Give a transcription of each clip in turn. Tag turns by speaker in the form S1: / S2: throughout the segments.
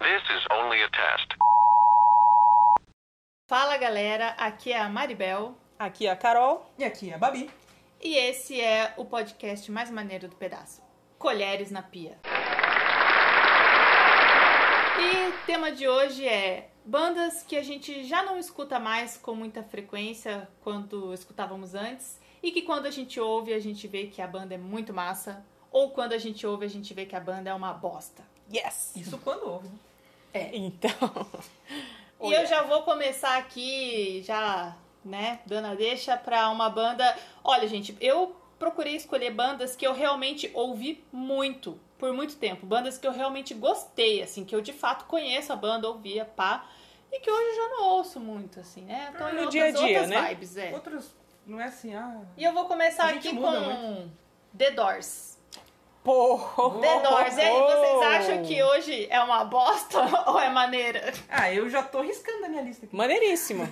S1: This is only a test.
S2: Fala galera, aqui é a Maribel
S3: Aqui é a Carol.
S4: E aqui é a Babi.
S2: e esse é o podcast mais maneiro do pedaço: Colheres na Pia. E o tema de hoje é bandas que a gente já não escuta mais com muita frequência quando escutávamos antes e que quando a gente ouve a gente vê que a banda é muito massa ou quando a gente ouve a gente vê que a banda é uma bosta.
S3: Yes!
S4: Isso quando houve. né?
S3: Então.
S2: E eu já vou começar aqui, já, né, dando a deixa pra uma banda. Olha, gente, eu procurei escolher bandas que eu realmente ouvi muito, por muito tempo. Bandas que eu realmente gostei, assim, que eu de fato conheço a banda, ouvia, pá. E que hoje eu já não ouço muito, assim, né? Então, em
S3: Ah, No
S2: outras,
S3: dia a dia,
S2: outras
S3: né?
S2: vibes, é.
S4: Outros, não é assim, ah...
S2: E eu vou começar
S4: A gente
S2: aqui com
S4: muda
S2: The Doors.
S3: Porra!
S2: The Doors, e
S3: oh,
S2: aí, vocês acham que hoje é uma bosta ou é maneira?
S4: Ah, eu já tô riscando da minha lista aqui.
S3: Maneiríssimo.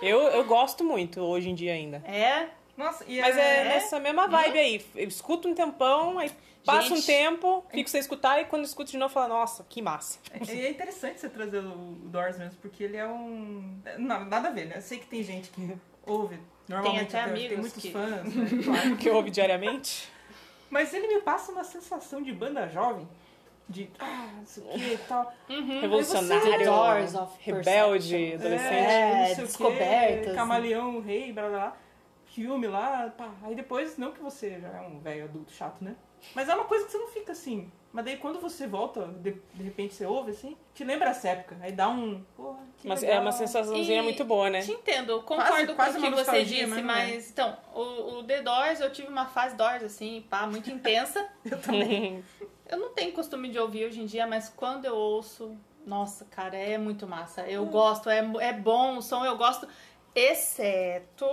S3: eu, eu gosto muito hoje em dia ainda.
S2: É?
S4: Nossa, e
S3: Mas
S2: É?
S3: é nessa mesma vibe aí. Eu escuto um tempão, aí passa um
S2: Gente. É.
S3: tempo, fico sem escutar e quando escuto de novo, falo, nossa, que massa.
S4: é, é interessante você trazer o o Doors mesmo, porque ele é um... Não, nada a ver, né? Eu sei que tem gente que ouve normalmente.
S2: Tem até
S4: hoje,
S2: amigos
S4: Tem muitos
S2: que-
S4: fãs, né? Claro.
S3: Que eu ouvi diariamente.
S4: Mas ele me passa uma sensação de banda jovem. De, ah, isso aqui e tal.
S2: Uhum.
S3: Revolucionário,
S2: é The Doors of
S3: rebelde,
S2: Perception.
S3: adolescente.
S2: É,
S4: não sei o quê,
S2: descobertas. assim.
S4: Camaleão, rei, blá blá blá. Filme lá, pá. Aí depois, não que você já é um velho adulto chato, né? Mas é uma coisa que você não fica assim. Mas daí quando você volta, de, de repente você ouve assim, te lembra essa época. Aí dá um. Porra, que
S3: Mas
S4: legal.
S3: é uma sensaçãozinha
S2: E-
S3: muito boa, né?
S2: Te entendo, eu
S4: Quase-
S2: concordo
S4: quase
S2: com o
S4: uma
S2: que você
S4: nostalgia,
S2: disse, mas,
S4: mas não é.
S2: então, o, o The Doors, eu tive uma fase Doors, assim, pá, muito intensa.
S4: Eu também.
S2: Eu não tenho costume de ouvir hoje em dia, mas quando eu ouço, nossa, cara, é muito massa.
S4: Hum.
S2: Eu gosto, é, é bom o som, eu gosto, exceto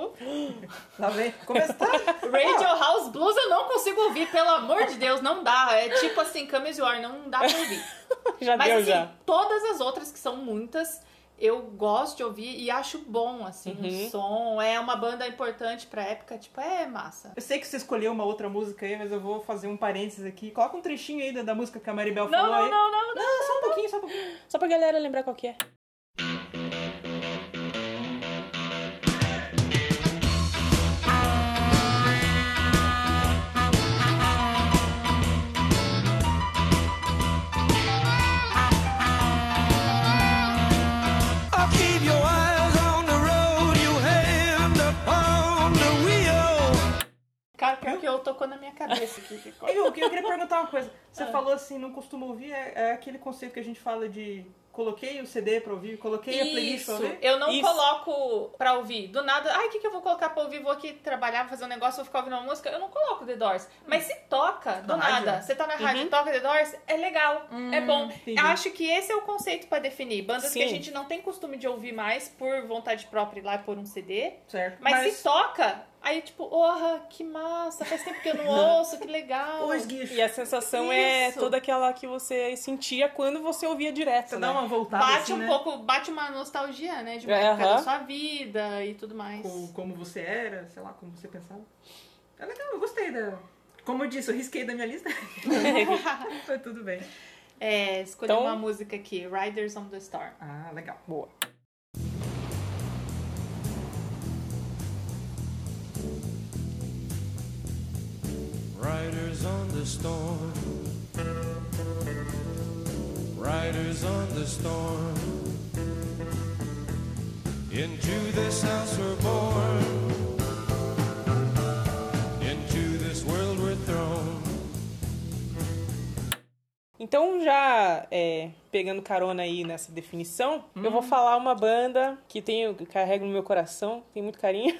S4: Tá vendo? Começa. Tá?
S2: Radio House Blues, eu não consigo ouvir, pelo amor de Deus, não dá. É tipo assim, Camis War, não dá pra ouvir.
S3: Já
S2: Mas
S3: deu,
S2: assim,
S3: já.
S2: todas as outras, que são muitas, eu gosto de ouvir e acho bom, assim, o
S3: Uhum.
S2: som. É uma banda importante pra época, tipo, é massa.
S4: Eu sei que você escolheu uma outra música aí, mas eu vou fazer um parênteses aqui. Coloca um trechinho aí da, da música que a Maribel
S2: Não,
S4: falou
S2: não,
S4: aí.
S2: não, não,
S4: não, só um pouquinho, só um pouquinho.
S3: Só pra galera lembrar qual que é.
S5: I'll keep your eyes on the road, your hand upon the wheel.
S2: Cara, pior que eu tocou na minha cabeça aqui. que coisa.
S4: Eu, eu queria perguntar uma coisa. Você
S3: Ah.
S4: falou assim, não costumo ouvir, é, é aquele conceito que a gente fala de coloquei o CD pra ouvir, coloquei a playlist pra
S2: Isso,
S4: ouvir.
S2: eu não
S3: Isso.
S2: coloco pra ouvir. Do nada, ai, o que, que eu vou colocar pra ouvir? Vou aqui trabalhar, vou fazer um negócio, vou ficar ouvindo uma música. Eu não coloco The Doors. Mas se toca, do
S4: Na rádio,
S2: nada,
S4: né?
S2: você tá na rádio e toca The Doors, é legal, é bom.
S4: entendi.
S2: Eu acho que esse é o conceito pra definir. Bandas que a
S3: Sim.
S2: gente não tem costume de ouvir mais por vontade própria ir lá por um CD.
S4: Certo.
S2: Mas, se toca, aí tipo, porra, que massa, faz tempo que eu não ouço, que legal.
S4: o esguicho.
S3: E a sensação é
S2: Isso.
S3: toda aquela que você sentia quando você ouvia direto,
S4: Você
S3: né?
S4: dá uma voltada
S2: Bate
S4: assim,
S2: um
S4: né?
S2: pouco, bate uma nostalgia, né? De uma
S3: É,
S2: época
S3: aham.
S2: da sua vida e tudo mais.
S4: Com, como você era, sei lá, como você pensava. É legal, eu gostei da... Como eu disse, eu risquei da minha lista. Foi tudo bem.
S2: É, escolhi
S3: Então-
S2: uma música aqui, Riders on the Storm.
S4: Ah, legal.
S3: Boa.
S5: Riders on the storm. Riders on the storm. Into this house we're born. Into this world we're thrown.
S3: Então, já é, pegando carona aí nessa definição, eu vou falar uma banda que tenho, que carrego no meu coração, tem muito carinho,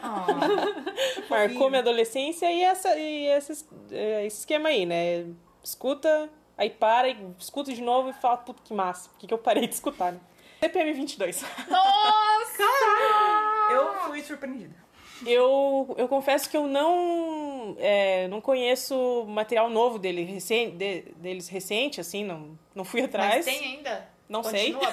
S3: marcou minha adolescência e, essa, e esse, es- é, esse esquema aí, né? Escuta, aí para, e escuta de novo e fala, puta que massa, porque que eu parei de escutar, né? CPM 22.
S4: Eu
S3: Ah.
S4: fui surpreendida.
S3: Eu, eu confesso que eu não, é, não conheço material novo dele, recen- de- deles recente, assim, não, não fui atrás.
S2: Mas tem ainda?
S3: Não
S2: Continua a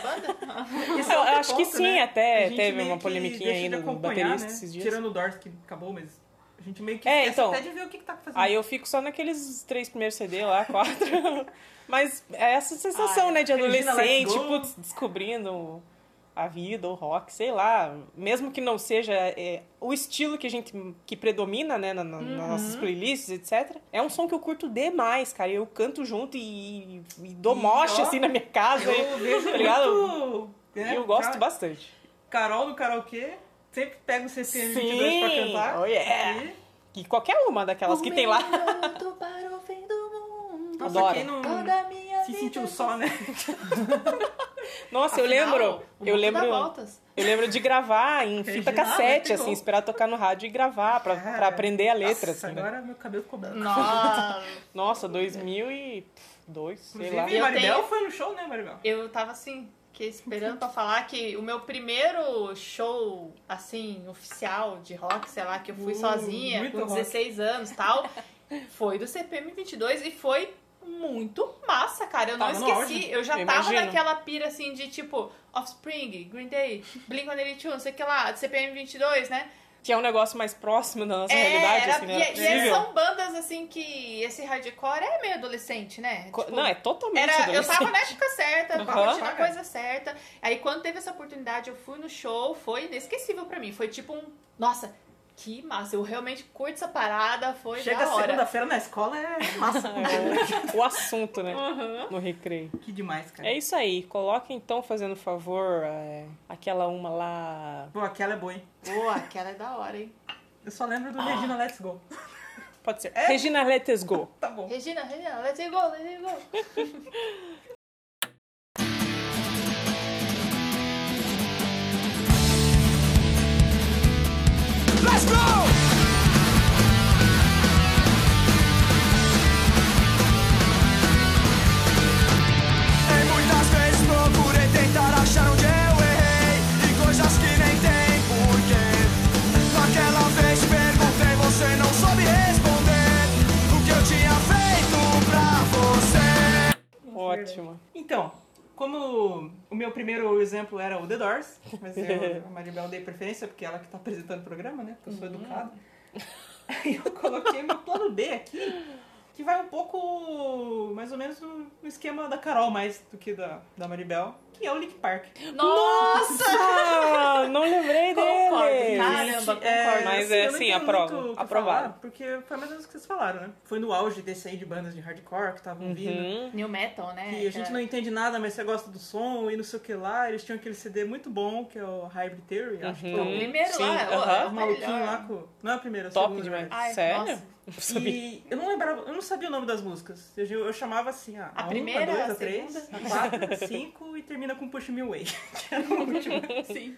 S2: banda?
S4: Isso
S3: Eu
S4: é outro
S3: acho que
S4: ponto,
S3: sim,
S4: né?
S3: até
S4: A gente
S3: teve
S4: meio
S3: uma
S4: que
S3: polemiquinha
S4: deixa
S3: aí
S4: de
S3: no
S4: acompanhar,
S3: baterista
S4: né?
S3: esses dias.
S4: Tirando o Doors, que acabou, mas A gente meio que
S3: É,
S4: esquece
S3: então.
S4: até de ver o que, que tá fazendo.
S3: Aí eu fico só naqueles três primeiros CD lá, quatro. Mas é essa sensação,
S2: Ai,
S3: né, de
S4: Regina,
S3: adolescente,
S4: let's go.
S3: putz, descobrindo a vida, o rock, sei lá. Mesmo que não seja é, o estilo que a gente que predomina, né, na- na-
S4: Uhum.
S3: nas nossas playlists, etc. É um som que eu curto demais, cara. Eu canto junto e, e dou
S4: E,
S3: moche,
S4: ó,
S3: assim, na minha casa. E
S4: Eu vejo
S3: Tá ligado?
S4: muito... né,
S3: eu gosto
S4: Ca-
S3: bastante.
S4: Carol do karaokê sempre pega um o CCM
S3: Sim,
S4: 22 pra cantar.
S3: oh yeah.
S4: E-
S3: E qualquer uma daquelas que tem lá.
S4: Nossa,
S3: Adoro.
S4: quem não se sentiu só, né?
S3: Nossa, eu
S2: Afinal,
S3: lembro.
S2: o
S3: Eu
S2: mundo dá
S3: lembro.
S2: voltas.
S3: Eu lembro de gravar em fita
S4: Original,
S3: cassete,
S4: né?
S3: assim, esperar tocar no rádio e gravar pra,
S4: Cara,
S3: pra aprender a letra,
S4: Nossa,
S3: assim, né?
S4: agora meu cabelo ficou branco.
S2: Nossa,
S3: Nossa, 2002, sei lá.
S4: Inclusive,
S2: Eu
S4: Maribel
S2: tenho-
S4: foi no show, né, Maribel?
S2: eu tava assim, que esperando pra falar que o meu primeiro show, assim, oficial de rock, sei lá, que eu fui
S4: Uh,
S2: sozinha,
S4: muito
S2: com
S4: rock.
S2: 16 anos e tal, foi do CPM 22 e foi muito massa, cara. Eu
S4: Tava
S2: não
S4: no
S2: esqueci. Eu já
S3: Eu
S2: tava
S3: imagino.
S2: naquela pira, assim, de tipo, Offspring, Green Day, Blink-182, não um, sei o que lá, do CPM 22, né?
S3: Que é um negócio mais próximo da nossa
S2: É,
S3: realidade,
S2: era-
S3: assim, né?
S2: e-
S3: Era
S2: e, elas
S3: possível.
S2: são bandas assim que esse hardcore é meio adolescente, né?
S3: Co-
S2: Tipo,
S3: Não, é totalmente
S2: era, eu
S3: adolescente.
S2: tava na época certa,
S3: Aham.
S2: curtindo a coisa certa. Aí quando teve essa oportunidade, eu fui no show, foi inesquecível pra mim. Foi tipo um. Nossa, que massa! Eu realmente curto essa parada, foi
S4: Chega
S2: da hora.
S4: segunda-feira na escola, é massa.
S3: É, o- o assunto, né?
S2: Uhum.
S3: No recreio.
S4: que demais, cara.
S3: É isso aí. Coloca então, fazendo favor, é, aquela uma lá.
S4: Pô, aquela é boa, hein?
S2: Boa, aquela é da hora, hein?
S4: Eu só lembro
S3: Ah.
S4: do Regina Let's Go.
S3: Pode ser.
S4: É?
S3: Regina Let's Go.
S4: Tá bom.
S2: Regina, Regina, let's go, let's go.
S5: Let's go! Em muitas vezes procurei tentar achar onde eu errei E coisas que nem tem porquê Naquela vez perguntei, você não soube responder O que eu tinha feito pra você
S2: É
S3: Ótimo.
S4: Então, como o meu primeiro exemplo era o The Doors, mas eu, a Maribel dei preferência porque ela que tá apresentando o programa, né? Porque eu sou
S2: Uhum.
S4: educada. Aí eu coloquei meu plano B aqui, que vai um pouco mais ou menos no no esquema da Carol mais do que da, da Maribel, que é o Link Park.
S2: Nossa!
S3: Ah, não lembrei
S2: Concordo,
S3: dele.
S2: cara. Ah, Caramba,
S4: Gente,
S2: concordo.
S3: Mas é
S4: eu não
S3: assim,
S4: tenho
S3: aprovo.
S4: muito o que
S3: Aprovado.
S4: falar, Porque foi mais ou menos o que vocês falaram, né? Foi no auge desse aí de bandas de hardcore que estavam vindo.
S3: Uhum.
S2: New Metal, né?
S4: E a gente não entende nada, mas você gosta do som e não sei o que lá. Eles tinham aquele CD muito bom, que é o Hybrid Theory, acho que é
S3: Uhum.
S4: foi
S2: O primeiro
S3: Sim,
S2: lá,
S3: aham.
S2: é
S4: o
S2: o
S4: maluquinho
S2: melhor.
S4: lá com... Não é o primeiro, é o
S3: Top
S4: segundo.
S3: demais.
S4: né?
S2: Ai,
S3: Sério?
S2: nossa.
S3: Não sabia.
S4: E eu não lembrava, eu não sabia o nome das músicas. Eu, eu chamava assim, ah,
S2: A
S4: a,
S2: primeira,
S4: uma, a dois,
S2: a
S4: a três,
S2: segunda.
S4: a quatro, a cinco e termina com Push Me Away, que era o último.
S2: Sim.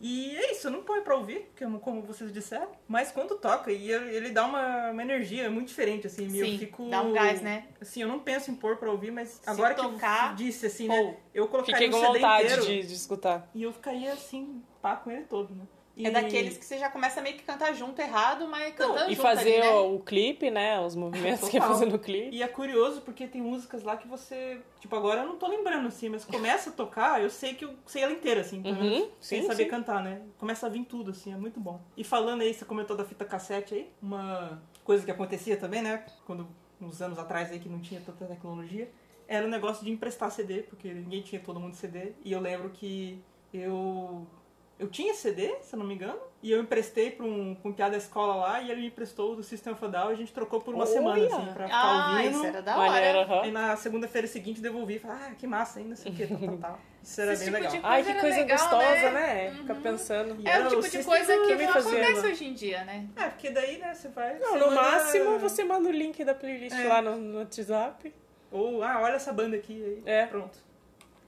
S4: E é isso, eu não põe pra ouvir, porque eu não- como vocês disseram, mas quando toca, e ele ele dá uma, uma energia muito diferente, assim, e
S2: Sim,
S4: eu fico...
S2: dá um gás, né?
S4: Assim, eu não penso em pôr pra ouvir, mas agora
S2: tocar,
S4: que eu disse, assim,
S2: pô,
S4: né, eu colocaria
S3: Fiquei
S4: um
S3: com
S4: CD
S3: vontade
S4: inteiro
S3: de, de escutar.
S4: e eu ficaria, assim, pá com ele todo, né? E-
S2: É daqueles que você já começa meio que cantar junto errado, mas cantando
S3: E
S2: junto
S3: fazer
S2: ali, né?
S3: o, o clipe, né? Os movimentos que ia
S4: Total.
S3: fazer no clipe.
S4: E é curioso porque tem músicas lá que você. Tipo, agora eu não tô lembrando assim, mas começa a tocar, eu sei que eu sei ela inteira, assim, pelo
S3: Uhum,
S4: menos, sem
S3: sim,
S4: saber
S3: sim.
S4: cantar, né? Começa a vir tudo, assim, é muito bom. E falando aí, você comentou da fita cassete aí, uma coisa que acontecia também, né? Quando, uns anos atrás aí que não tinha tanta tecnologia, era o negócio de emprestar CD, porque ninguém tinha todo mundo CD. E eu lembro que eu. Eu tinha CD, se eu não me engano, e eu emprestei pra um piada da escola lá, e ele me emprestou do System of a Down, e a gente trocou por uma
S3: Olha!
S4: semana, assim, pra ficar
S2: ah,
S4: ouvindo.
S2: isso era da hora.
S3: Maneiro, aham.
S4: Aí na segunda-feira seguinte devolvi e falei, ah, que massa, hein, não sei o que, tal, tal, tal. Isso era
S2: Esse tipo
S4: bem tá legal. Uhum.
S2: de-
S3: Ai, que
S2: Era
S3: coisa
S2: legal, né?
S3: gostosa, né? Fica pensando.
S2: É
S4: Era
S2: o tipo de
S4: System
S2: coisa que
S4: também
S2: não
S4: fazia.
S2: acontece hoje em dia, né?
S4: né? É, porque daí, né, você vai...
S3: Não,
S4: você
S3: no
S4: manda-
S3: máximo você manda o link da playlist
S4: É.
S3: lá no, no WhatsApp.
S4: Ou, ah, olha essa banda aqui, aí
S3: É.
S4: pronto.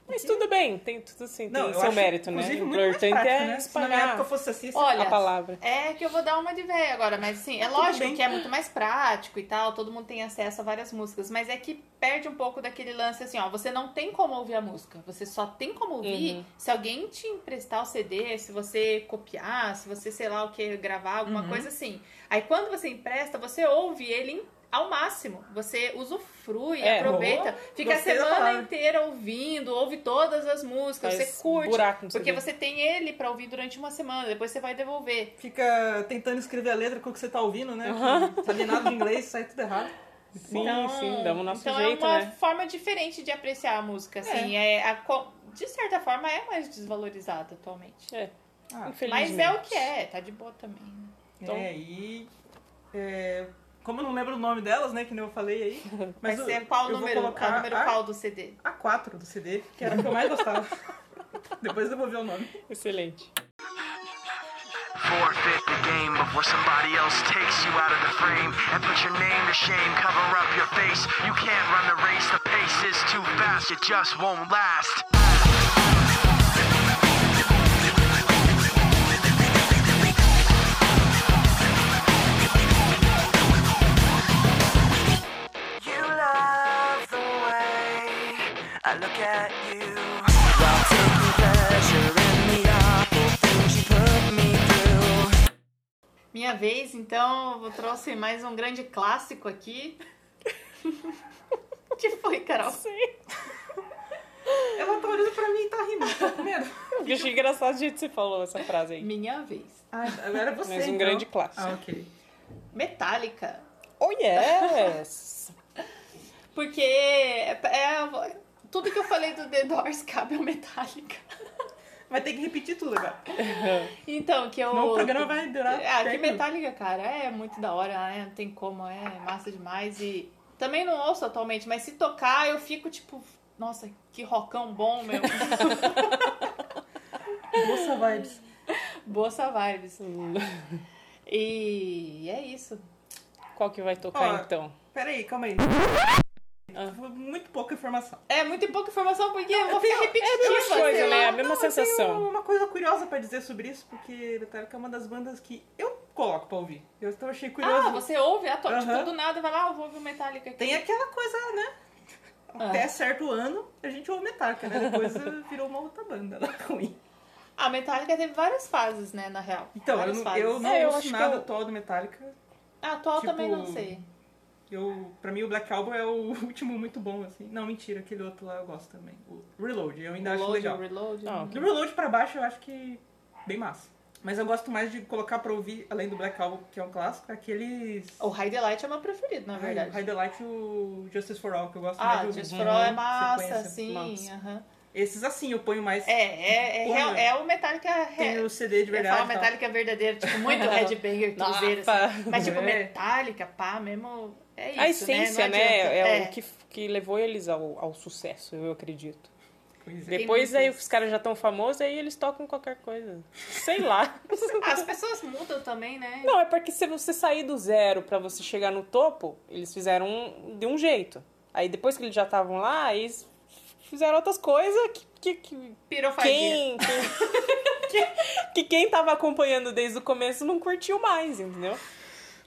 S3: Mas tudo bem, tem tudo assim,
S4: Não,
S3: tem
S4: eu
S3: seu
S4: acho,
S3: mérito, né? O
S4: inclusive, muito mais
S3: importante
S4: prático,
S3: é
S4: né? Se na minha
S3: espalhar
S4: época fosse assim, você-
S2: Olha,
S3: a palavra.
S2: É que eu vou dar uma de véia agora, mas assim, é
S4: Tudo
S2: lógico
S4: bem.
S2: que é muito mais prático e tal, todo mundo tem acesso a várias músicas, mas é que perde um pouco daquele lance assim, ó, você não tem como ouvir a música, você só tem como ouvir
S3: Uhum.
S2: se alguém te emprestar o CD, se você Uhum. copiar, se você, sei lá o que, gravar, alguma coisa assim. Aí quando você empresta, você ouve ele ao máximo. Você usufrui,
S3: É,
S2: aproveita. fica a
S4: Gostei da
S2: semana
S4: palavra.
S2: inteira ouvindo, ouve todas as músicas,
S3: Faz
S2: você curte.
S3: buraco no
S2: porque
S3: CD.
S2: você tem ele pra ouvir durante uma semana, depois você vai devolver.
S4: Fica tentando escrever a letra com o que você tá ouvindo, né?
S3: Aham.
S4: Que Não sabe nada de inglês, sai tudo errado.
S3: Sim, sim, dá o nosso
S2: então
S3: jeito,
S2: é uma
S3: né?
S2: forma diferente de apreciar a música, assim. É. a co- de certa forma, é mais desvalorizada atualmente.
S4: Ah,
S2: Mas
S3: É, Infelizmente.
S2: é o que é, tá de boa também. né?
S3: Então-
S4: É, e... é, como eu não lembro o nome delas, né? Que nem eu falei aí.
S2: Mas
S4: Mas
S2: Vai ser
S4: eu-
S2: qual o
S4: eu vou
S2: número,
S4: colocar
S2: qual o número
S4: a-
S2: qual do CD?
S4: A 4 do CD, que era a que eu mais gostava. Depois eu vou ver o nome.
S3: Excelente.
S5: Forfeit the game before somebody else takes you out of the frame and put your name to shame. Cover up your face. You can't run the race. The pace is too fast. It just won't last. You love the way I look at you. While taking pleasure in the awful things you put me through.
S2: Minha vez, então, eu trouxe mais um grande clássico aqui. que foi, Carol?
S4: Ela tá olhando pra mim e tá rindo. Tá com medo.
S3: Eu achei engraçado o jeito que você falou essa frase aí.
S2: Minha vez.
S4: Ah, agora você.
S3: Mas um
S4: então.
S3: grande clássico.
S4: Ah, ok.
S2: Metallica.
S3: Oh, yes!
S2: Porque é, é- tudo que eu falei do The Doors cabe ao Metallica.
S4: Vai ter que repetir tudo agora.
S2: Então, que eu.
S4: Senão o programa vai durar.
S2: Ah, que
S4: dez minutos.
S2: Metallica, cara, é muito da hora, né? Não tem como, é massa demais. E também não ouço atualmente, mas se tocar, eu fico tipo, nossa, que rockão bom, meu.
S4: Bolsa Vibes.
S2: Bossa vibes. assim. E é isso.
S3: Qual que vai tocar
S4: Ó.
S3: então?
S4: Pera aí, calma aí.
S2: Ah.
S4: Foi Muito pouca informação.
S2: É muito pouca informação porque eu vou
S4: é
S2: ficar repetitiva. assim,
S3: a mesma coisa,
S2: sei lá.
S3: é né? A mesma
S4: Não, eu
S3: sensação.
S2: Então.
S4: tenho uma coisa curiosa pra dizer sobre isso, porque Metallica é uma das bandas que eu coloco pra ouvir. Eu então achei curioso.
S2: Ah, você ouve a toa, tipo,
S4: Aham.
S2: do nada, vai lá, eu vou ouvir o Metallica aqui.
S4: Tem aquela coisa, né?
S2: Ah.
S4: Até certo ano a gente ouve Metallica, né? Depois eh, virou uma outra banda lá ruim.
S2: A Ah, Metallica teve várias fases, né, na real.
S4: Então, eu
S2: várias
S4: não,
S2: fases.
S4: eu não
S3: É, eu acho
S4: ouço
S3: que
S4: nada
S3: eu-
S4: atual do Metallica.
S2: A atual
S4: tipo,
S2: também não sei.
S4: Eu, pra mim, o Black Album é o último muito bom, assim. Não, mentira, aquele outro lá eu gosto também. O Reload, eu ainda acho
S2: Reload,
S4: legal.
S2: Reload.
S3: Não,
S4: Do Reload pra baixo eu acho que bem massa. Mas eu gosto mais de colocar pra ouvir, além do Black Album, que é um clássico, aqueles...
S2: O High Delight é o meu preferido, na
S4: Ai, o
S2: verdade.
S4: High the Light e o Justice for All, que eu gosto
S2: Ah,
S4: mais de ouvir.
S2: Just for All é
S4: Uhum,
S2: massa,
S4: sequência.
S2: assim.
S3: massa.
S2: aham.
S4: Esses assim eu ponho mais...
S2: É, é, é,
S4: Olha,
S2: real- é o Metallica.
S4: Tem
S2: é,
S4: o CD de
S2: eu falo
S4: verdade. e tal.
S2: Metallica verdadeiro, tipo, muito headbanger, cruzeiro,
S3: Nossa.
S2: assim. Mas, tipo,
S4: É.
S2: Metallica, pá, mesmo. É isso,
S3: a essência,
S2: né?
S3: né?
S2: Não adianta.
S3: É,
S2: É.
S3: o que, que levou eles ao, ao sucesso, eu acredito.
S4: Pois é.
S3: Depois
S2: muito
S3: aí
S2: isso.
S3: os caras já estão famosos, aí eles tocam qualquer coisa. Sei lá.
S2: As pessoas mudam também, né?
S3: Não, é porque se você sair do zero pra você chegar no topo, eles fizeram um- de um jeito. Aí depois que eles já estavam lá, aí eles fizeram outras coisas que, que, que
S2: Pirofagia.
S3: quem. quem- que, que quem tava acompanhando desde o começo não curtiu mais, entendeu?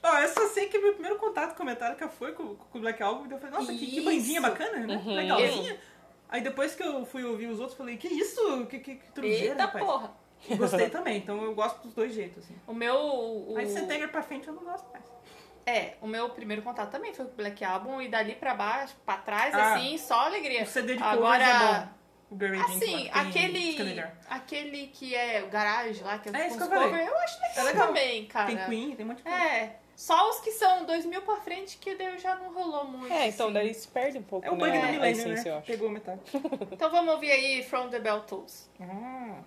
S4: Ó, eu só sei que meu primeiro contato com o Metallica foi com, com o Black Album, e eu falei, nossa, que, que
S2: Isso. Uhum.
S4: bandinha bacana, né? Legalzinha. Aí depois que eu fui ouvir os outros, falei, que isso? Que, que, que trujeira,
S2: Eita
S4: rapaz.
S2: porra.
S4: E Gostei também, então eu gosto dos dois jeitos, assim.
S2: O meu. O,
S4: Aí de Sentenger pra frente eu não gosto mais.
S2: é, o meu primeiro contato também foi com o Black Album e dali pra baixo, pra trás,
S4: Ah,
S2: assim, só alegria.
S4: O CD de
S2: Agora,
S4: covers é bom. O Gary
S2: assim, aquele. Aquele que é o garage lá, que é,
S4: É
S2: com
S4: isso
S2: os
S4: que eu falei.
S2: cover, eu acho legal,
S4: É legal.
S2: também, cara.
S4: Tem Queen, tem um monte de coisa.
S2: É. Só os que são 2000 pra frente que daí já não rolou muito.
S3: É, então
S2: assim.
S3: daí se perde um pouco.
S4: É o
S3: né,
S4: bug
S3: a
S4: do Milênio,
S3: essência, eu
S4: né?
S3: acho.
S4: Pegou metade.
S2: Então vamos ouvir aí From the Bell Tools.
S4: Ah.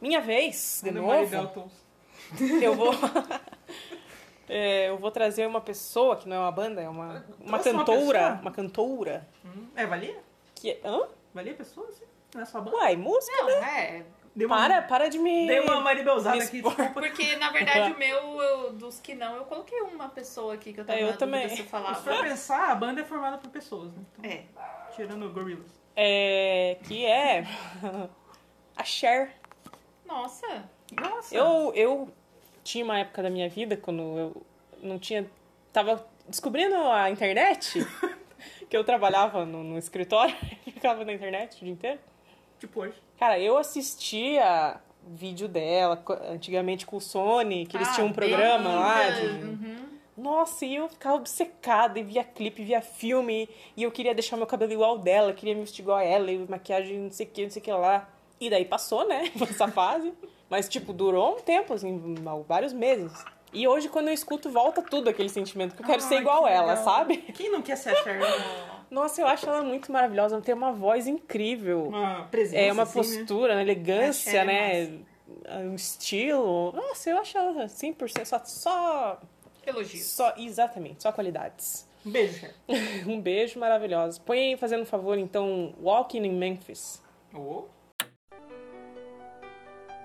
S3: Minha vez, de
S4: Ana
S3: novo.
S4: Maria Beltons.
S3: Eu vou. É, eu vou trazer uma pessoa que não é uma banda, é uma, uma
S4: Trouxe uma
S3: cantora. Uma,
S4: pessoa?
S3: cantora.
S4: Hum, É, valia?
S3: Que é. Hã?
S4: Valia a pessoa, assim? Não é só a banda?
S3: Uai, música? né?
S2: Não, é.
S4: Deu uma-
S3: Para, para de me.
S4: Dei uma maribelzada
S3: Me
S4: aqui,
S3: expor.
S4: desculpa.
S2: Porque, na verdade, o meu, eu- dos que não, eu coloquei uma pessoa aqui que eu tava
S3: É, eu
S2: na dúvida
S3: também.
S2: se eu
S4: Se for
S2: falava.
S4: pensar, a banda é formada por pessoas, né? Então,
S2: É.
S4: Tirando o Gorillaz.
S3: É. Que é. A Cher.
S2: Nossa.
S4: Nossa!
S3: Eu, eu tinha uma época da minha vida quando eu não tinha. Tava descobrindo a internet, que eu trabalhava no, no escritório e ficava na internet o dia inteiro.
S4: Tipo hoje.
S3: Cara, eu assistia vídeo dela co- antigamente com o Sony, que eles
S2: Ah,
S3: tinham um programa lá
S2: bem-
S3: de.
S2: Uhum.
S3: Nossa, e eu ficava obcecada e via clipe, via filme, e eu queria deixar meu cabelo igual dela, queria me vestir igual a ela, e maquiagem não sei o que, não sei o que lá. E daí passou, né, essa fase. Mas, tipo, durou um tempo, assim, vários meses. E hoje, quando eu escuto, volta tudo aquele sentimento que eu quero
S4: Ai,
S3: ser igual
S4: que
S3: ela,
S4: legal.
S3: sabe?
S4: Quem não quer ser a Cher?
S3: Nossa, eu acho ela muito maravilhosa, ela tem uma voz incrível.
S4: Uma presença,
S3: É uma
S4: assim, né?
S3: postura, né? elegância,
S4: Achei
S3: né? Um estilo. Nossa, eu acho ela 100% só, só,
S2: Elogios.
S3: só. Exatamente, só qualidades.
S4: Um beijo, Cher.
S3: Um beijo maravilhoso. Põe aí, fazendo um favor, então, Walking in Memphis.
S4: Oh.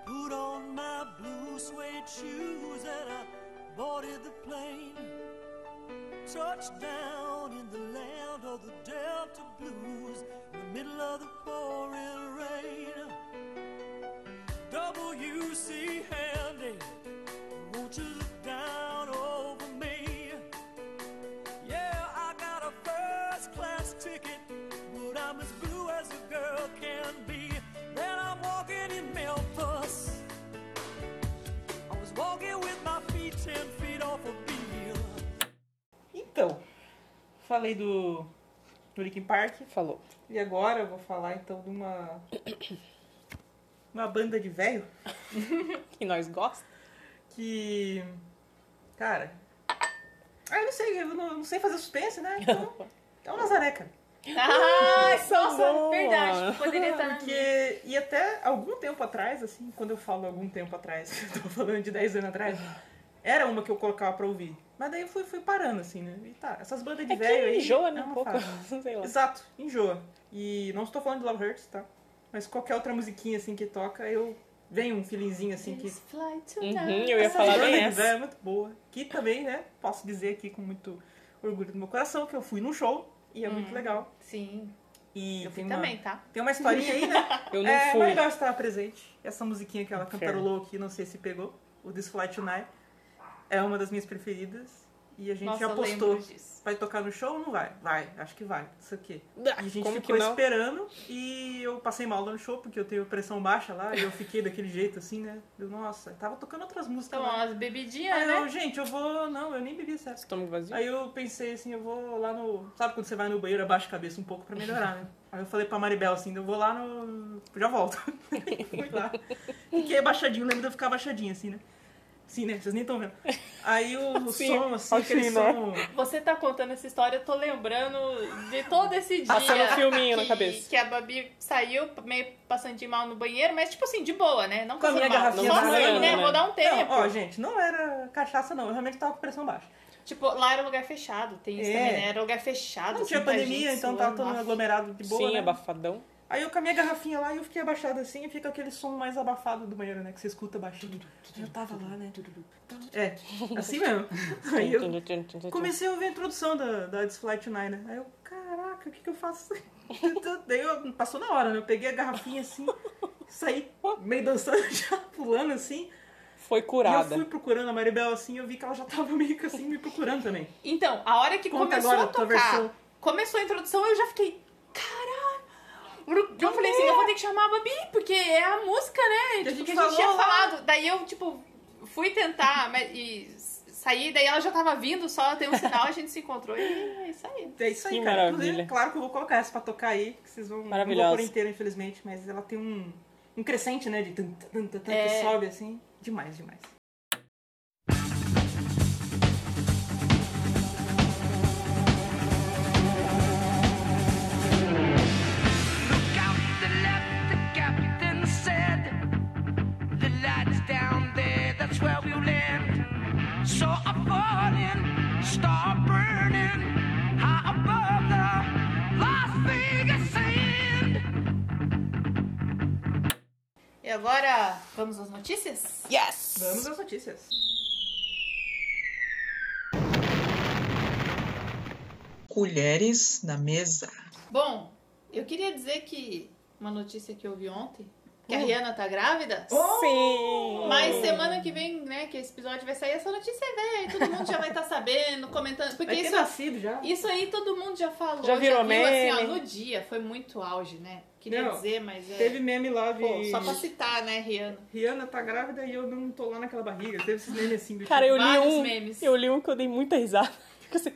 S5: Put on my blue suede shoes and I boarded the plane. Touched down in the land of the Delta Blues, in the middle of the pouring rain. WC handy, won't you look down over me? Yeah, I got a first class ticket, but I'm as blue as a girl can be. Then I'm walking in Memphis. I was walking with my feet ten feet off a beam.
S4: Então, falei do, do Linkin Park
S3: Falou.
S4: e agora eu vou falar então de uma uma banda de velho
S3: Que nós gosta.
S4: que cara, ah, eu não sei, eu não, eu não sei fazer suspense, né? Então, é o Nazaré, cara.
S2: Ah, nossa,
S3: boa.
S2: verdade. Poderia estar na minha.
S4: Porque, e até algum tempo atrás, assim, quando eu falo algum tempo atrás, eu tô falando de 10 anos atrás, era uma que eu colocava pra ouvir. Mas daí eu fui, fui parando, assim, né? E tá, essas bandas de
S3: É
S4: velho
S3: que
S4: aí.
S3: enjoa, né?
S4: é
S3: Um
S4: uma
S3: pouco.
S4: fase.
S3: Sei lá.
S4: Exato, enjoa. E não estou falando de Love Hurts, tá? Mas qualquer outra musiquinha, assim, que toca, eu... Vem um feelingzinho, assim, que...
S2: Please fly tonight.
S3: Uhum, eu ia
S4: Essa
S3: falar
S4: banda
S3: bem
S4: de velho
S3: essa.
S4: é muito boa. Que também, né, posso dizer aqui com muito orgulho do meu coração, que eu fui num show e é
S3: Hum.
S4: muito legal.
S2: Sim,
S4: E
S2: eu
S4: tem
S2: fui
S4: uma,
S2: também, tá?
S4: tem uma historinha aí, né?
S3: Eu não
S4: é,
S3: fui.
S4: É legal estar presente. Essa musiquinha que ela
S3: Inferno.
S4: cantarolou aqui, não sei se pegou, o This Flight Tonight, é uma das minhas preferidas. E a gente
S2: Nossa,
S4: já
S2: eu
S4: postou.
S2: lembro disso.
S4: Vai tocar no show ou não vai? Vai, acho que vai. Isso aqui.
S3: Ah,
S4: E a gente
S3: Como que
S4: ficou
S3: não?
S4: esperando e eu passei mal lá no show porque eu tenho pressão baixa lá e eu fiquei daquele jeito assim, né? Eu, nossa, tava tocando outras músicas.
S2: Então,
S4: lá.
S2: umas bebidinhas,
S4: Aí eu,
S2: né?
S4: gente, eu vou. Não, eu nem bebi certo.
S3: Estômago vazio?
S4: Aí eu pensei assim, eu vou lá no. Sabe quando você vai no banheiro, abaixa a cabeça um pouco pra melhorar, né? Aí eu falei pra Maribel assim, eu vou lá no. Já volto. Fui lá. Fiquei abaixadinho, lembro de eu ficar abaixadinho assim, né? Sim, né? Vocês nem estão vendo. Aí o
S3: Sim,
S4: som, assim, aquele
S3: assim, né?
S4: som.
S2: Você tá contando essa história, eu tô lembrando de todo esse dia.
S3: Passando um filminho na
S2: que-
S3: cabeça.
S2: Que a Babi saiu, meio passando de mal no banheiro, mas tipo assim, de boa, né? Não
S4: Com a
S2: passando
S4: minha
S2: mal.
S4: garrafinha
S2: Só
S4: de
S2: assim,
S3: banana,
S2: né?
S3: né?
S2: Vou dar um tempo.
S4: Não, ó, gente, não era cachaça, não. Eu realmente tava com pressão baixa.
S2: Tipo, lá era lugar fechado, tem isso
S4: É.
S2: também, né? Era lugar fechado.
S4: Não tinha
S2: muita
S4: pandemia,
S2: assim, tá, gente
S4: então
S2: suando,
S4: tava todo
S2: nossa.
S4: aglomerado de boa.
S3: Sim,
S4: né?
S3: abafadão.
S4: Aí eu com a minha garrafinha lá e eu fiquei abaixada assim e fica aquele som mais abafado do banheiro, né? Que você escuta baixinho. Eu tava lá, né? É, assim mesmo. Aí eu
S2: Então.
S4: Comecei a ouvir a introdução da, da This Flight Tonight, né? Aí eu, caraca, o que que eu faço? Daí eu, passou na hora, né? Eu peguei a garrafinha assim, saí meio dançando, já pulando assim.
S3: Foi
S4: E eu
S3: curada.
S4: fui procurando a Maribel assim, eu vi que ela já tava meio que assim, me procurando também.
S2: Então, a hora que
S4: Conta
S2: começou
S4: agora
S2: a
S4: a tua
S2: tocar,
S4: versão.
S2: começou a introdução, eu já fiquei, caralho. Eu falei assim, eu vou ter que chamar a Babi, porque é a música, né?
S4: Que a
S2: Tipo,
S4: gente
S2: que a gente tinha
S4: falou lá.
S2: falado. Daí eu, tipo, fui tentar mas, e s- saí, daí ela já tava vindo, só tem um sinal, a gente se encontrou e é isso aí.
S4: É isso aí,
S3: Que
S4: cara.
S3: maravilha.
S4: Inclusive, claro que eu vou colocar essa pra tocar aí, que vocês vão.
S3: Maravilhosa.
S4: Não vou pôr inteira, infelizmente, mas ela tem um, um crescente, né? De tan, tan, tan, tan,
S2: É.
S4: que sobe assim. Demais, demais.
S1: Look out the left, the captain said. The light's down there, that's where we'll land. So I'm falling, star burning, high above the Las Vegas sand.
S2: E agora, vamos às notícias?
S3: Yes!
S4: Vamos às notícias.
S6: Colheres na mesa.
S2: Bom, eu queria dizer que uma notícia que eu vi ontem, que a
S4: Hum.
S2: Rihanna tá grávida. Oh!
S3: Sim!
S2: Mas semana que vem, né, que esse episódio vai sair, essa notícia é velha, e todo mundo já vai estar sabendo, comentando. Porque
S4: Vai ter
S2: isso,
S4: nascido já.
S2: isso aí todo mundo já falou,
S3: Já virou
S2: viu, assim, ó,
S3: meme.
S2: no dia. Foi muito auge, né? Queria
S4: Não,
S2: dizer, mas é.
S4: Teve meme lá de.
S2: Pô, só pra citar, né, Rihanna?
S4: Rihanna tá grávida e eu não tô lá naquela barriga. Teve esses memes assim do
S3: Cara, eu li
S2: Vários
S3: um.
S2: memes.
S3: Eu li um que eu dei muita risada. Fico assim,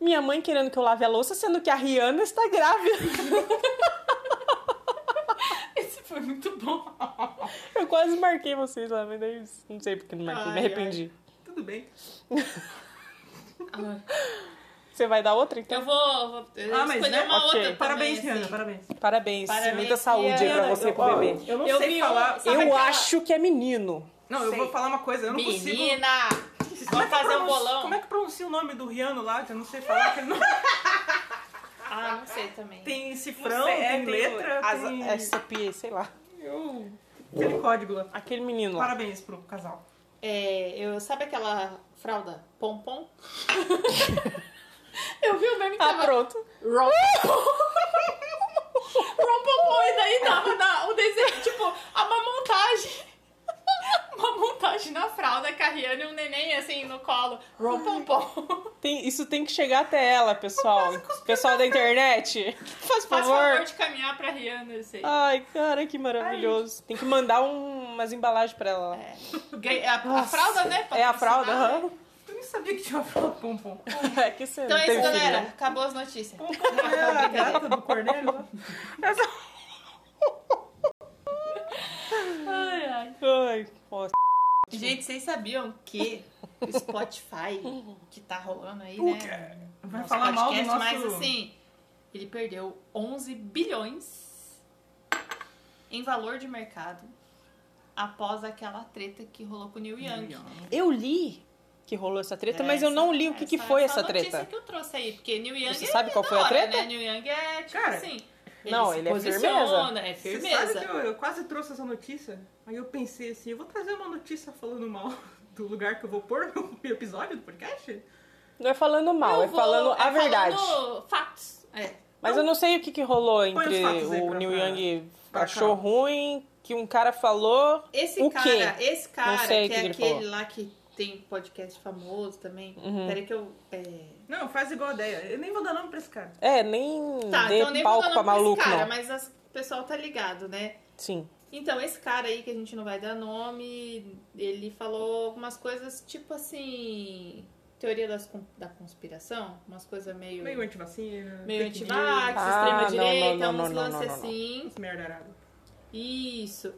S3: minha mãe querendo que eu lave a louça, sendo que a Rihanna está grávida.
S2: Esse foi muito bom.
S3: Eu quase marquei vocês lá, mas daí não sei porque não marquei,
S2: Ai,
S3: me arrependi.
S4: tipo, tudo bem.
S3: Você vai dar outra então?
S2: Eu vou, vou eu
S4: Ah, mas,
S2: escolher
S4: né,
S2: uma
S3: ok.
S2: outra.
S4: Parabéns,
S2: também,
S4: Rihanna,
S2: assim.
S4: parabéns.
S3: Parabéns.
S2: Parabéns,
S3: Muita saúde aí pra
S2: Rihanna.
S3: você e pro
S4: Ó,
S3: bebê.
S4: Eu não
S2: Eu
S4: sei
S2: vi
S4: falar.
S2: um- sabe
S3: Eu
S2: aquela-
S3: acho que é menino.
S4: Não, eu vou falar uma coisa, eu não consigo.
S2: Menina!
S4: Como é
S2: Vamos
S4: que
S2: fazer um
S4: pronuncia-
S2: bolão.
S4: Como é que pronuncia o nome do Riano lá? Que eu não sei falar, que ele não
S2: Ah, não sei também.
S4: tem
S3: Não
S4: cifrão,
S3: sei,
S4: tem,
S3: é,
S4: letra,
S3: as-
S4: tem...
S2: é
S3: SPA, sei lá.
S4: Eu... Aquele código lá.
S3: Aquele menino lá.
S4: Parabéns pro casal.
S2: É, eu, sabe aquela fralda pompom? eu vi o meme que
S3: Ah,
S2: tava
S3: pronto.
S2: Rom... Rompompom, e daí tava na- o desenho, tipo, a- uma montagem. Uma montagem na fralda, carregando e um neném assim no colo. Rompompom.
S3: Tem- isso tem que chegar até ela, pessoal. Pessoal da internet,
S2: Faz
S3: faz favor. Ah.
S2: favor de caminhar pra Rihanna, eu sei.
S3: Ai, cara, que maravilhoso. Tem que mandar um- umas embalagens pra ela. É,
S2: Ganhei- A, a fralda, né?
S3: a fralda?
S2: patrocinar.
S3: aham.
S4: Eu nem sabia que tinha uma fralda pompom.
S3: É que você
S2: Então
S3: não
S2: é
S3: teve
S2: isso,
S3: filho,
S2: galera.
S3: né?
S2: Acabou as notícias.
S4: Pompom é a gata do né? Cornélio lá.
S2: Ai, ai.
S3: Ai, nossa.
S4: Tipo,
S2: Gente, vocês sabiam que o Spotify que tá rolando aí,
S4: O
S2: né?
S4: quê? Vai
S2: nosso
S4: falar mal do
S2: podcast,
S4: nosso...
S2: mas assim, ele perdeu 11 bilhões em valor de mercado após aquela treta que rolou com o Neil Young.
S3: Eu li que rolou essa treta, mas eu
S2: É, Essa- é
S3: não li o que, que foi essa treta.
S2: notícia que eu trouxe aí, porque Neil Young
S3: Você
S2: é
S3: sabe qual
S2: da
S3: foi a
S2: hora,
S3: treta?
S2: Né? Neil Young é tipo
S4: Cara,
S2: assim.
S3: não,
S2: se
S3: ele é
S2: posiciona,
S3: firmeza.
S2: É
S4: Você
S2: firmeza.
S4: sabe que eu, eu quase trouxe essa notícia? Aí eu pensei assim, eu vou trazer uma notícia falando mal do lugar que eu vou pôr no episódio do podcast?
S3: Não é falando mal,
S2: Eu
S3: é
S2: vou-
S3: falando a
S2: é
S3: verdade.
S2: falando fatos. É.
S3: Mas eu não sei o que, que rolou
S4: Então, os
S3: entre
S4: fatos aí
S3: o
S4: pra-
S3: Neil
S4: pra-
S3: Young
S4: pra cá.
S3: achou ruim, que um cara falou.
S2: Esse
S3: O
S2: cara,
S3: quê?
S2: esse cara,
S3: Não sei
S2: que
S3: o
S2: é
S3: que ele
S2: aquele
S3: falou.
S2: lá que tem podcast famoso também.
S3: Uhum.
S2: Peraí que eu. é,
S4: Não, faz igual a ideia. Eu nem vou dar nome pra esse cara.
S3: É, nem
S2: Tá,
S3: dê
S2: então nem vou
S3: palco
S2: dar nome
S3: pra
S2: pra
S3: maluco,
S2: esse cara,
S3: não.
S2: mas as- o pessoal tá ligado, né?
S3: Sim.
S2: Então, esse cara aí que a gente não vai dar nome, ele falou algumas coisas tipo assim. Teoria das, con- da conspiração, umas coisas meio.
S4: Meio antivacina.
S2: meio
S4: fake
S2: antivax,
S3: Ah, não,
S2: extrema-direita,
S3: não, não,
S2: uns
S3: não, não,
S2: lances
S3: não, não.
S2: assim.
S4: news, Merda arada.
S2: Isso.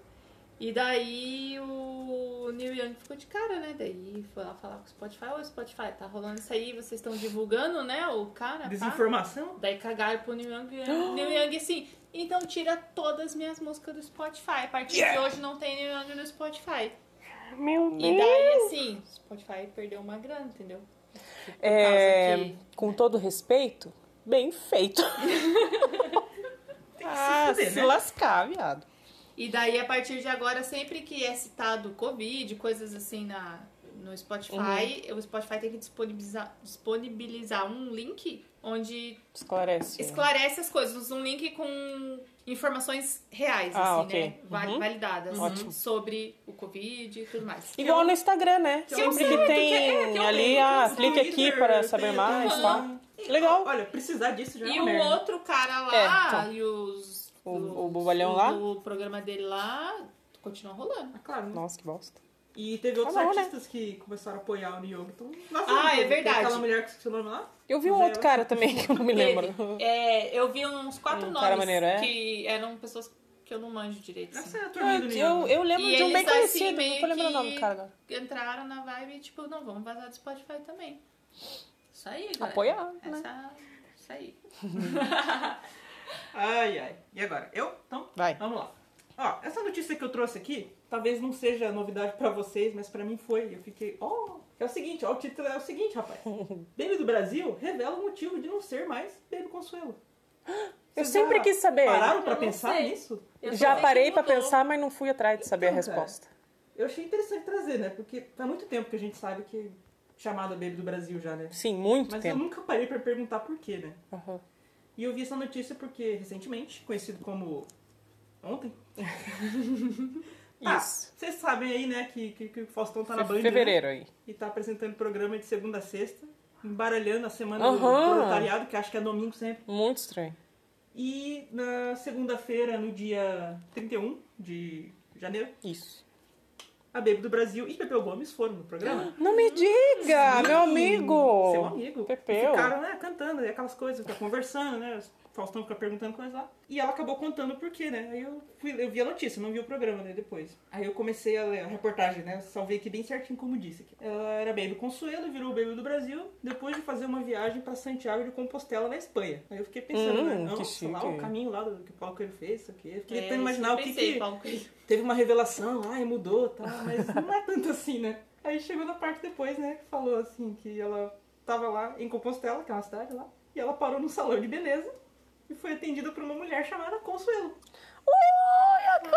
S2: E daí o Neil Young ficou de cara, né? Daí foi lá falar com o Spotify, ô Spotify, tá rolando isso aí, vocês estão divulgando, né? O cara. pá."
S4: Desinformação?
S2: Daí cagaram pro Neil Young. Neil Young assim, então tira todas as minhas músicas do Spotify. A partir de hoje não tem Neil Young no Spotify.
S3: Meu
S2: E daí, assim, o Spotify perdeu uma grana, entendeu? Por causa
S3: É,
S2: que-
S3: com todo respeito, bem feito.
S4: Tem que
S3: Ah,
S4: se fuder,
S3: se
S4: né?
S3: lascar, viado.
S2: E daí, a partir de agora, sempre que é citado Covid, coisas assim na, no Spotify,
S3: Uhum.
S2: o Spotify tem que disponibilizar, disponibilizar um link onde
S3: Tá. Esclarece.
S2: esclarece as coisas. Um link com informações reais,
S3: Ah,
S2: assim,
S3: ok.
S2: né? Val-
S3: Uhum.
S2: Validadas. assim,
S3: Ótimo.
S2: Sobre o Covid e tudo mais.
S3: Igual no Instagram, né?
S4: Que eu
S3: Sempre
S4: sei,
S3: que
S4: que
S3: tem
S4: é, que eu
S3: ali,
S4: tenho,
S3: ah,
S4: que eu
S3: clique
S4: tenho
S3: aqui
S4: Twitter,
S3: para
S4: eu
S3: saber
S4: um tenho
S3: mais, tá?
S4: Instagram.
S3: Legal.
S4: Olha, precisar disso já é
S2: E
S4: uma
S2: o
S4: merda.
S2: outro cara lá,
S3: né? É, então.
S2: e os...
S3: O-
S2: os-
S3: o bobalhão lá?
S2: O programa dele lá, continua rolando.
S4: Ah, claro. né?
S3: Nossa, que bosta.
S4: E teve outros
S3: Tá bom, né?
S4: artistas que começaram a apoiar o New York. Então, nossa,
S2: Ah, é
S4: tem
S2: verdade.
S4: Aquela mulher que esqueceu o nome lá?
S3: Eu vi um
S4: Mas
S3: outro
S4: é-
S3: cara também que eu não me lembro.
S2: Teve. É, eu vi uns quatro
S3: Um
S2: nomes
S3: cara maneiro, é?
S2: que eram pessoas que eu não manjo direito.
S4: Essa
S2: Assim.
S4: é a turminha do
S3: Eu,
S4: New York.
S3: eu, eu lembro
S2: E
S3: de um bem
S2: eles,
S4: tá
S2: assim,
S3: conhecido, não
S2: meio
S3: tô lembrando o
S2: que-
S3: nome do cara agora.
S2: Entraram na vibe e tipo, não, vamos vazar do Spotify também. Isso aí, galera.
S3: Apoiar, né?
S2: Essa... Isso aí.
S4: Ai, ai. E agora? Eu? Então,
S3: Vai.
S4: vamos lá. Ó, essa notícia que eu trouxe aqui, talvez não seja novidade pra vocês, mas pra mim foi. Eu fiquei, ó, é o seguinte, ó, o título é o seguinte, rapaz. Baby do Brasil revela o motivo de não ser mais Baby Consuelo.
S3: Eu sempre
S4: já
S3: quis saber.
S4: Pararam pra
S7: Eu não
S4: pensar
S7: sei.
S4: nisso?
S7: Eu só
S3: Já
S7: sei
S3: parei
S7: que
S3: pra
S7: mudou.
S3: pensar, mas não fui atrás de saber a
S4: Então, cara.
S3: resposta.
S4: Eu achei interessante trazer, né? Porque faz muito tempo que a gente sabe que chamada Baby do Brasil já, né?
S3: Sim, muito
S4: Mas eu
S3: tempo.
S4: nunca parei pra perguntar por quê, né?
S3: Aham.
S4: E eu vi essa notícia porque recentemente, conhecido como ontem. Ah,
S3: Isso.
S4: vocês sabem aí, né, que, que, que o Faustão tá na
S3: Fe-
S4: Band, né?
S3: fevereiro aí.
S4: E tá apresentando programa de segunda a sexta, embaralhando a semana do
S3: Aham.
S4: proletariado, que acho que é domingo sempre.
S3: Muito estranho.
S4: E na segunda-feira, no dia 31 de janeiro,
S3: Isso.
S4: a Baby do Brasil e Pepeu Gomes foram no programa.
S3: Não me diga,
S4: Sim,
S3: meu é um amigo.
S4: Seu amigo.
S3: Pepeu.
S4: E Ficaram, né, cantando, e aquelas coisas, fica conversando, né? o Faustão fica perguntando coisas lá. E ela acabou contando o porquê, né? Aí eu, fui, eu vi a notícia, não vi o programa, né, depois. Aí eu comecei a ler a reportagem, né? Salvei aqui bem certinho como disse. Aqui. Ela era Baby Consuelo, virou Baby do Brasil, depois de fazer uma viagem pra Santiago de Compostela, na Espanha. Aí eu fiquei pensando,
S3: Hum,
S4: né?
S3: que
S4: Nossa, lá o
S3: chique.
S4: caminho lá do que o Paulo Coelho fez, isso aqui. Eu fiquei
S2: É,
S4: tentando imaginar
S2: eu
S4: o que,
S2: pensei,
S4: que
S2: Paulo Coelho.
S4: teve uma revelação, ai, mudou, tá, mas não é tanto assim, né? Aí chegou na parte depois, né, que falou assim, que ela tava lá em Compostela, que é uma cidade lá, e ela parou num salão de beleza e foi atendida por uma mulher chamada Consuelo.
S3: Olha,
S4: Aí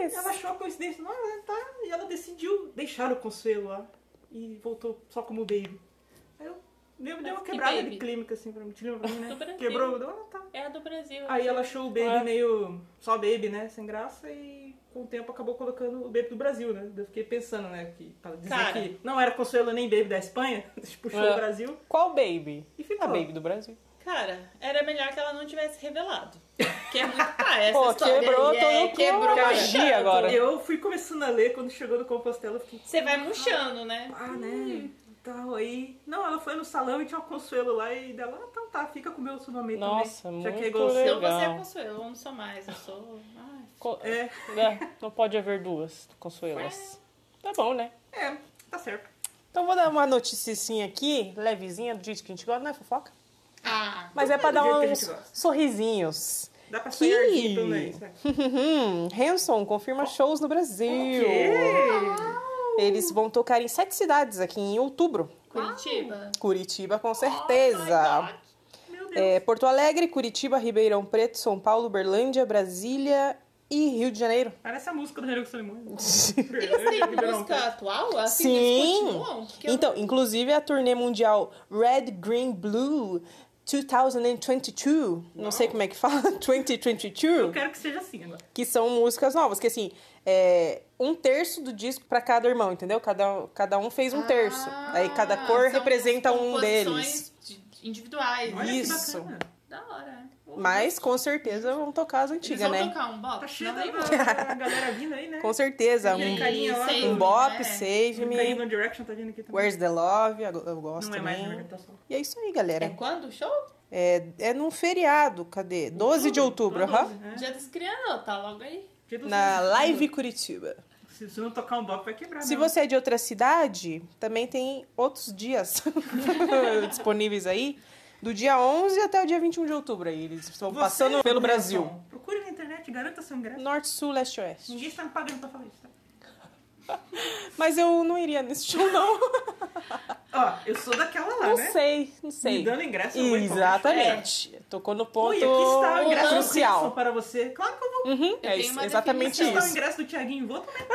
S3: coxas!
S4: ela achou a coincidência, não, né, tá, e ela decidiu deixar o Consuelo lá e voltou só como baby. Aí eu lembro, deu uma
S7: que
S4: quebrada
S7: baby?
S4: de clínica, assim, pra mim, tirou pra mim,
S7: Do
S4: né?
S7: Brasil.
S4: Quebrou, deu, ah, tá.
S7: É a do Brasil.
S4: Aí
S2: né?
S4: ela achou o Baby
S3: É.
S4: meio só Baby, né? Sem graça e com o tempo acabou colocando o Baby do Brasil, né? Eu fiquei pensando, né? Que, pra dizer
S2: Cara.
S4: que não era Consuelo nem Baby da Espanha, puxou
S3: É.
S4: o Brasil
S3: Qual baby? É
S4: e
S3: A
S4: ficou.
S3: baby do Brasil.
S2: Cara, era melhor que ela não tivesse revelado. Porque é muito pá, essa
S3: Pô,
S2: história
S3: quebrou
S2: aí é,
S3: todo o
S2: quebrou
S3: clima, magia
S2: tanto.
S3: agora.
S4: Eu fui começando a ler, quando chegou no Compostela, eu fiquei,
S2: Você vai murchando, né?
S3: Hum.
S4: ah, né? Então, aí... Não, ela foi no salão e tinha o Consuelo lá e dela, ah, então tá, fica com o meu nome aí
S3: Nossa,
S4: também.
S3: muito
S4: Já que é igual o seu.
S2: Então
S3: Legal.
S2: você é Consuelo, eu não sou mais, eu sou... Ai,
S3: Co-
S4: É,
S3: É, não pode haver duas consuelas. Tá bom, né?
S4: é, tá certo.
S3: Então vou dar uma noticinha aqui, levezinha, do jeito que a gente gosta, não é fofoca?
S2: Ah,
S3: Mas é pra
S4: do
S3: dar
S4: jeito que a gente
S3: uns
S4: gosta.
S3: sorrisinhos.
S4: Dá pra
S3: Que-
S4: sair aqui, pelo menos, né?
S3: Hum, Hanson confirma shows no Brasil. Eles vão tocar em sete cidades aqui em outubro.
S2: Curitiba.
S3: Curitiba, com certeza.
S4: Oh, Meu Deus.
S3: É, Porto Alegre, Curitiba, Ribeirão Preto, São Paulo, Uberlândia, Brasília e Rio de Janeiro.
S4: Parece a música do Renato Solimões.
S3: é
S2: Eles têm
S4: um
S2: música atual? Assim,
S3: Sim.
S2: Eles continuam? Porque eu
S3: Então, inclusive a turnê mundial Red, Green, Blue 2022, não sei como é que fala,
S4: Eu
S3: 2022,
S4: quero que seja assim agora.
S3: que são músicas novas, que assim, é um terço do disco pra cada irmão, entendeu? Cada, cada um fez um terço.
S2: Ah,
S3: Aí cada cor
S2: são
S3: representa um deles.
S2: composições de- individuais.
S4: Olha
S3: Isso.
S4: que bacana.
S7: Da hora.
S3: Mas com certeza vão tocar as
S2: Eles
S3: antigas,
S2: vão
S3: né?
S2: tocar um bop?
S4: Tá cheio
S2: Não,
S4: da
S2: nem vou.
S4: da galera vindo aí, né?
S3: Com certeza,
S4: Aquele
S3: um,
S4: carinha lá
S2: Save
S4: do-
S3: um
S2: Me,
S3: bop,
S2: né?
S3: save
S4: O Caio
S3: me.
S4: One Direction tá vindo aqui também.
S3: Where's the love? Eu eu gosto
S4: Não é mais
S3: também.
S4: interpretação.
S3: E é isso aí,
S2: É
S3: galera.
S2: quando o show?
S3: É, é num feriado, cadê? 12 de outubro, aham.
S4: né?
S7: Dia das crianças, tá logo aí.
S3: Na Live Curitiba.
S4: Tipo assim, Se se não tocar um bop, vai quebrar.
S3: Se
S4: mesmo.
S3: você é de outra cidade, também tem outros dias disponíveis aí. Do dia 11 até o dia 21 de outubro aí. Eles estão
S4: Você,
S3: passando pelo
S4: Nelson,
S3: Brasil.
S4: Procure na internet, garanta seu ingresso.
S3: Norte, Sul, Leste, Oeste.
S4: Ninguém está me pagando pra falar isso, tá?
S3: Mas eu não iria nesse show, não.
S4: Ó, eu sou daquela lá,
S3: Não
S4: né?
S3: sei, não sei.
S4: Me dando ingresso, eu vou em qualquer
S3: Exatamente. Tocou no
S4: show.
S3: ponto
S4: Ui, aqui está o ingresso do Wilson
S3: crucial.
S4: para você. Claro que eu vou.
S3: Uhum,
S2: Eu
S3: é
S2: tenho
S3: isso,
S2: uma
S3: exatamente
S4: Se está o
S3: isso.
S4: ingresso do Thiaguinho, vou também.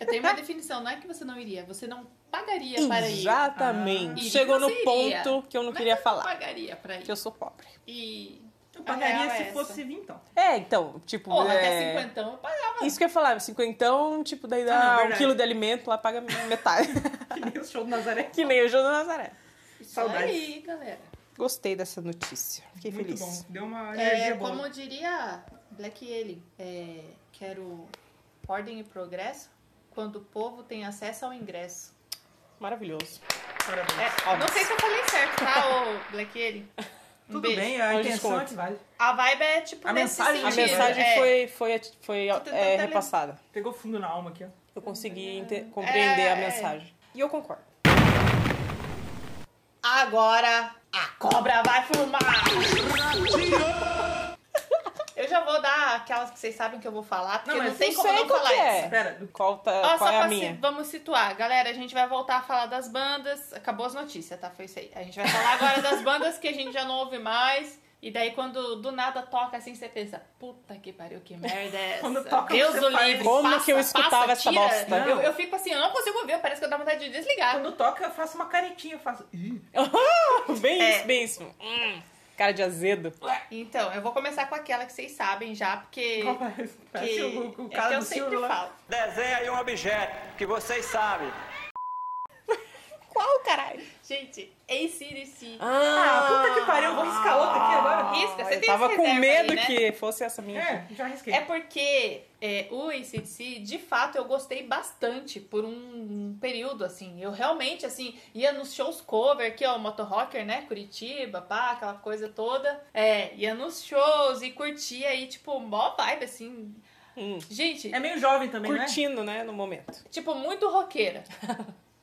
S2: Eu tenho uma definição, não é que você não iria, você não pagaria para ir.
S3: Exatamente.
S2: Ah.
S3: Chegou no
S2: Iria, você
S3: ponto que eu não
S2: Mas
S3: queria
S2: eu
S3: falar.
S2: pagaria pra ir.
S3: Que eu sou pobre.
S2: E.
S4: Eu
S2: a
S4: pagaria
S2: real é
S4: se
S2: essa.
S4: fosse vintão.
S3: É, então, tipo.
S2: Porra, até
S3: é...
S2: 50 eu pagava.
S3: Isso que eu ia falar, um cinquentão, tipo, daí
S4: Ah, não,
S3: dá um
S4: verdade.
S3: quilo de alimento, lá paga metade.
S4: Que nem o show do Nazaré.
S3: que nem o João da Nazaré.
S2: Isso
S4: saudades.
S2: aí, galera.
S3: Gostei dessa notícia. Fiquei
S4: Muito
S3: feliz.
S4: bom. Deu uma energia
S2: É,
S4: boa.
S2: como eu diria Black Alien, é, quero ordem e progresso quando o povo tem acesso ao ingresso.
S3: Maravilhoso.
S4: Parabéns.
S3: É, ó,
S2: Não sei se eu falei certo, tá, ô Black Alien? Um
S4: Tudo
S2: beijo.
S4: bem, a
S3: Hoje
S4: intenção
S3: desconto.
S4: é que vale.
S2: A vibe é tipo
S4: A
S2: nesse
S4: mensagem-
S3: a
S2: sentido,
S3: mensagem
S2: é.
S3: foi, foi, foi
S2: tentando
S3: é,
S2: tele-
S3: repassada.
S4: Pegou fundo na alma aqui, ó.
S3: Eu consegui inte- compreender
S2: É,
S3: a
S2: é.
S3: mensagem. E eu concordo.
S2: Agora a cobra vai fumar! Eu já vou dar aquelas que vocês sabem que eu vou falar, porque
S4: Não,
S2: não,
S4: mas
S2: tem
S3: eu
S2: como
S3: sei
S2: não
S3: qual
S2: falar
S3: que é.
S2: isso.
S4: Pera, do-
S3: Qual, tá,
S2: Ó,
S3: qual
S2: só
S3: é a
S2: pra
S3: minha?
S2: si- vamos situar, galera. A gente vai voltar a falar das bandas. Acabou as notícias, tá? Foi isso aí. A gente vai falar agora das bandas que a gente já não ouve mais. E daí quando do nada toca assim, você pensa, puta que pariu, que merda é essa?
S4: Quando toca,
S2: Deus
S4: você
S2: o
S4: faz-
S2: livre,
S3: Como
S2: passa,
S3: que eu escutava
S2: passa,
S3: essa
S2: tira.
S3: bosta?
S2: Eu, eu fico assim, eu não consigo ouvir, parece que eu dá vontade de desligar.
S4: Quando toca, eu faço uma caretinha, eu faço. "Ih".
S3: Bem
S2: É.
S3: isso, bem isso. Hum, cara de azedo.
S2: Então, eu vou começar com aquela que vocês sabem já, porque...
S3: é?
S4: Parece
S2: É, que-
S4: o, o
S2: é que
S4: cara
S2: eu
S4: do
S2: sempre
S4: Silvio lá.
S2: falo.
S8: Desenha aí um objeto que vocês sabem.
S2: Qual, caralho? Gente, ACDC.
S4: Ah, puta que pariu, eu vou riscar outra aqui agora.
S2: Risca, você
S3: Ah, eu
S2: tem
S3: tava
S2: esse
S3: com
S2: reserva
S3: medo
S2: aí, né?
S3: que fosse essa minha.
S4: É, já risquei.
S2: É porque é, o ACDC, de fato, eu gostei bastante por um período, assim. Eu realmente, assim, ia nos shows cover, que é o Motorrocker, né? Curitiba, pá, aquela coisa toda. É, ia nos shows e curtia e, tipo, mó vibe, assim.
S3: Hum.
S2: Gente,
S4: É meio jovem também, né?
S3: Curtindo, né, no momento.
S2: tipo, muito roqueira.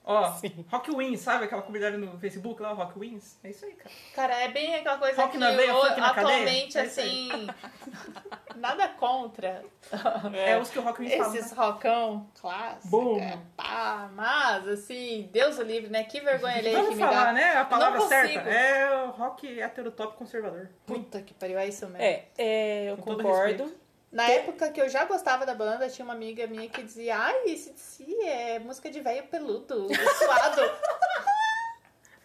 S4: Ó,
S3: Sim.
S4: Rock Wins, sabe aquela comunidade no Facebook lá, Rock Wins? É isso aí, cara.
S2: Cara, é bem aquela coisa
S4: Rock
S2: que
S4: na veia,
S2: o-
S4: funk na cadeia?
S2: atualmente,
S4: É isso aí.
S2: assim... nada contra
S4: É, os que o Rock Wins fala.
S2: Esses rocão clássico, é
S4: Bom.
S2: pá, mas assim, Deus o livre, né? Que vergonha ele
S4: né?
S2: que
S4: Vamos
S2: me
S4: falar,
S2: dá.
S4: né? A palavra
S2: Não
S4: certa
S2: consigo.
S4: é o rock heterotop conservador.
S2: Puta que pariu, é isso mesmo.
S3: É, é, eu
S4: Com todo
S3: concordo.
S2: Na época que eu já gostava da banda, tinha uma amiga minha que dizia: Ai, esse de si é música de velho peludo, suado.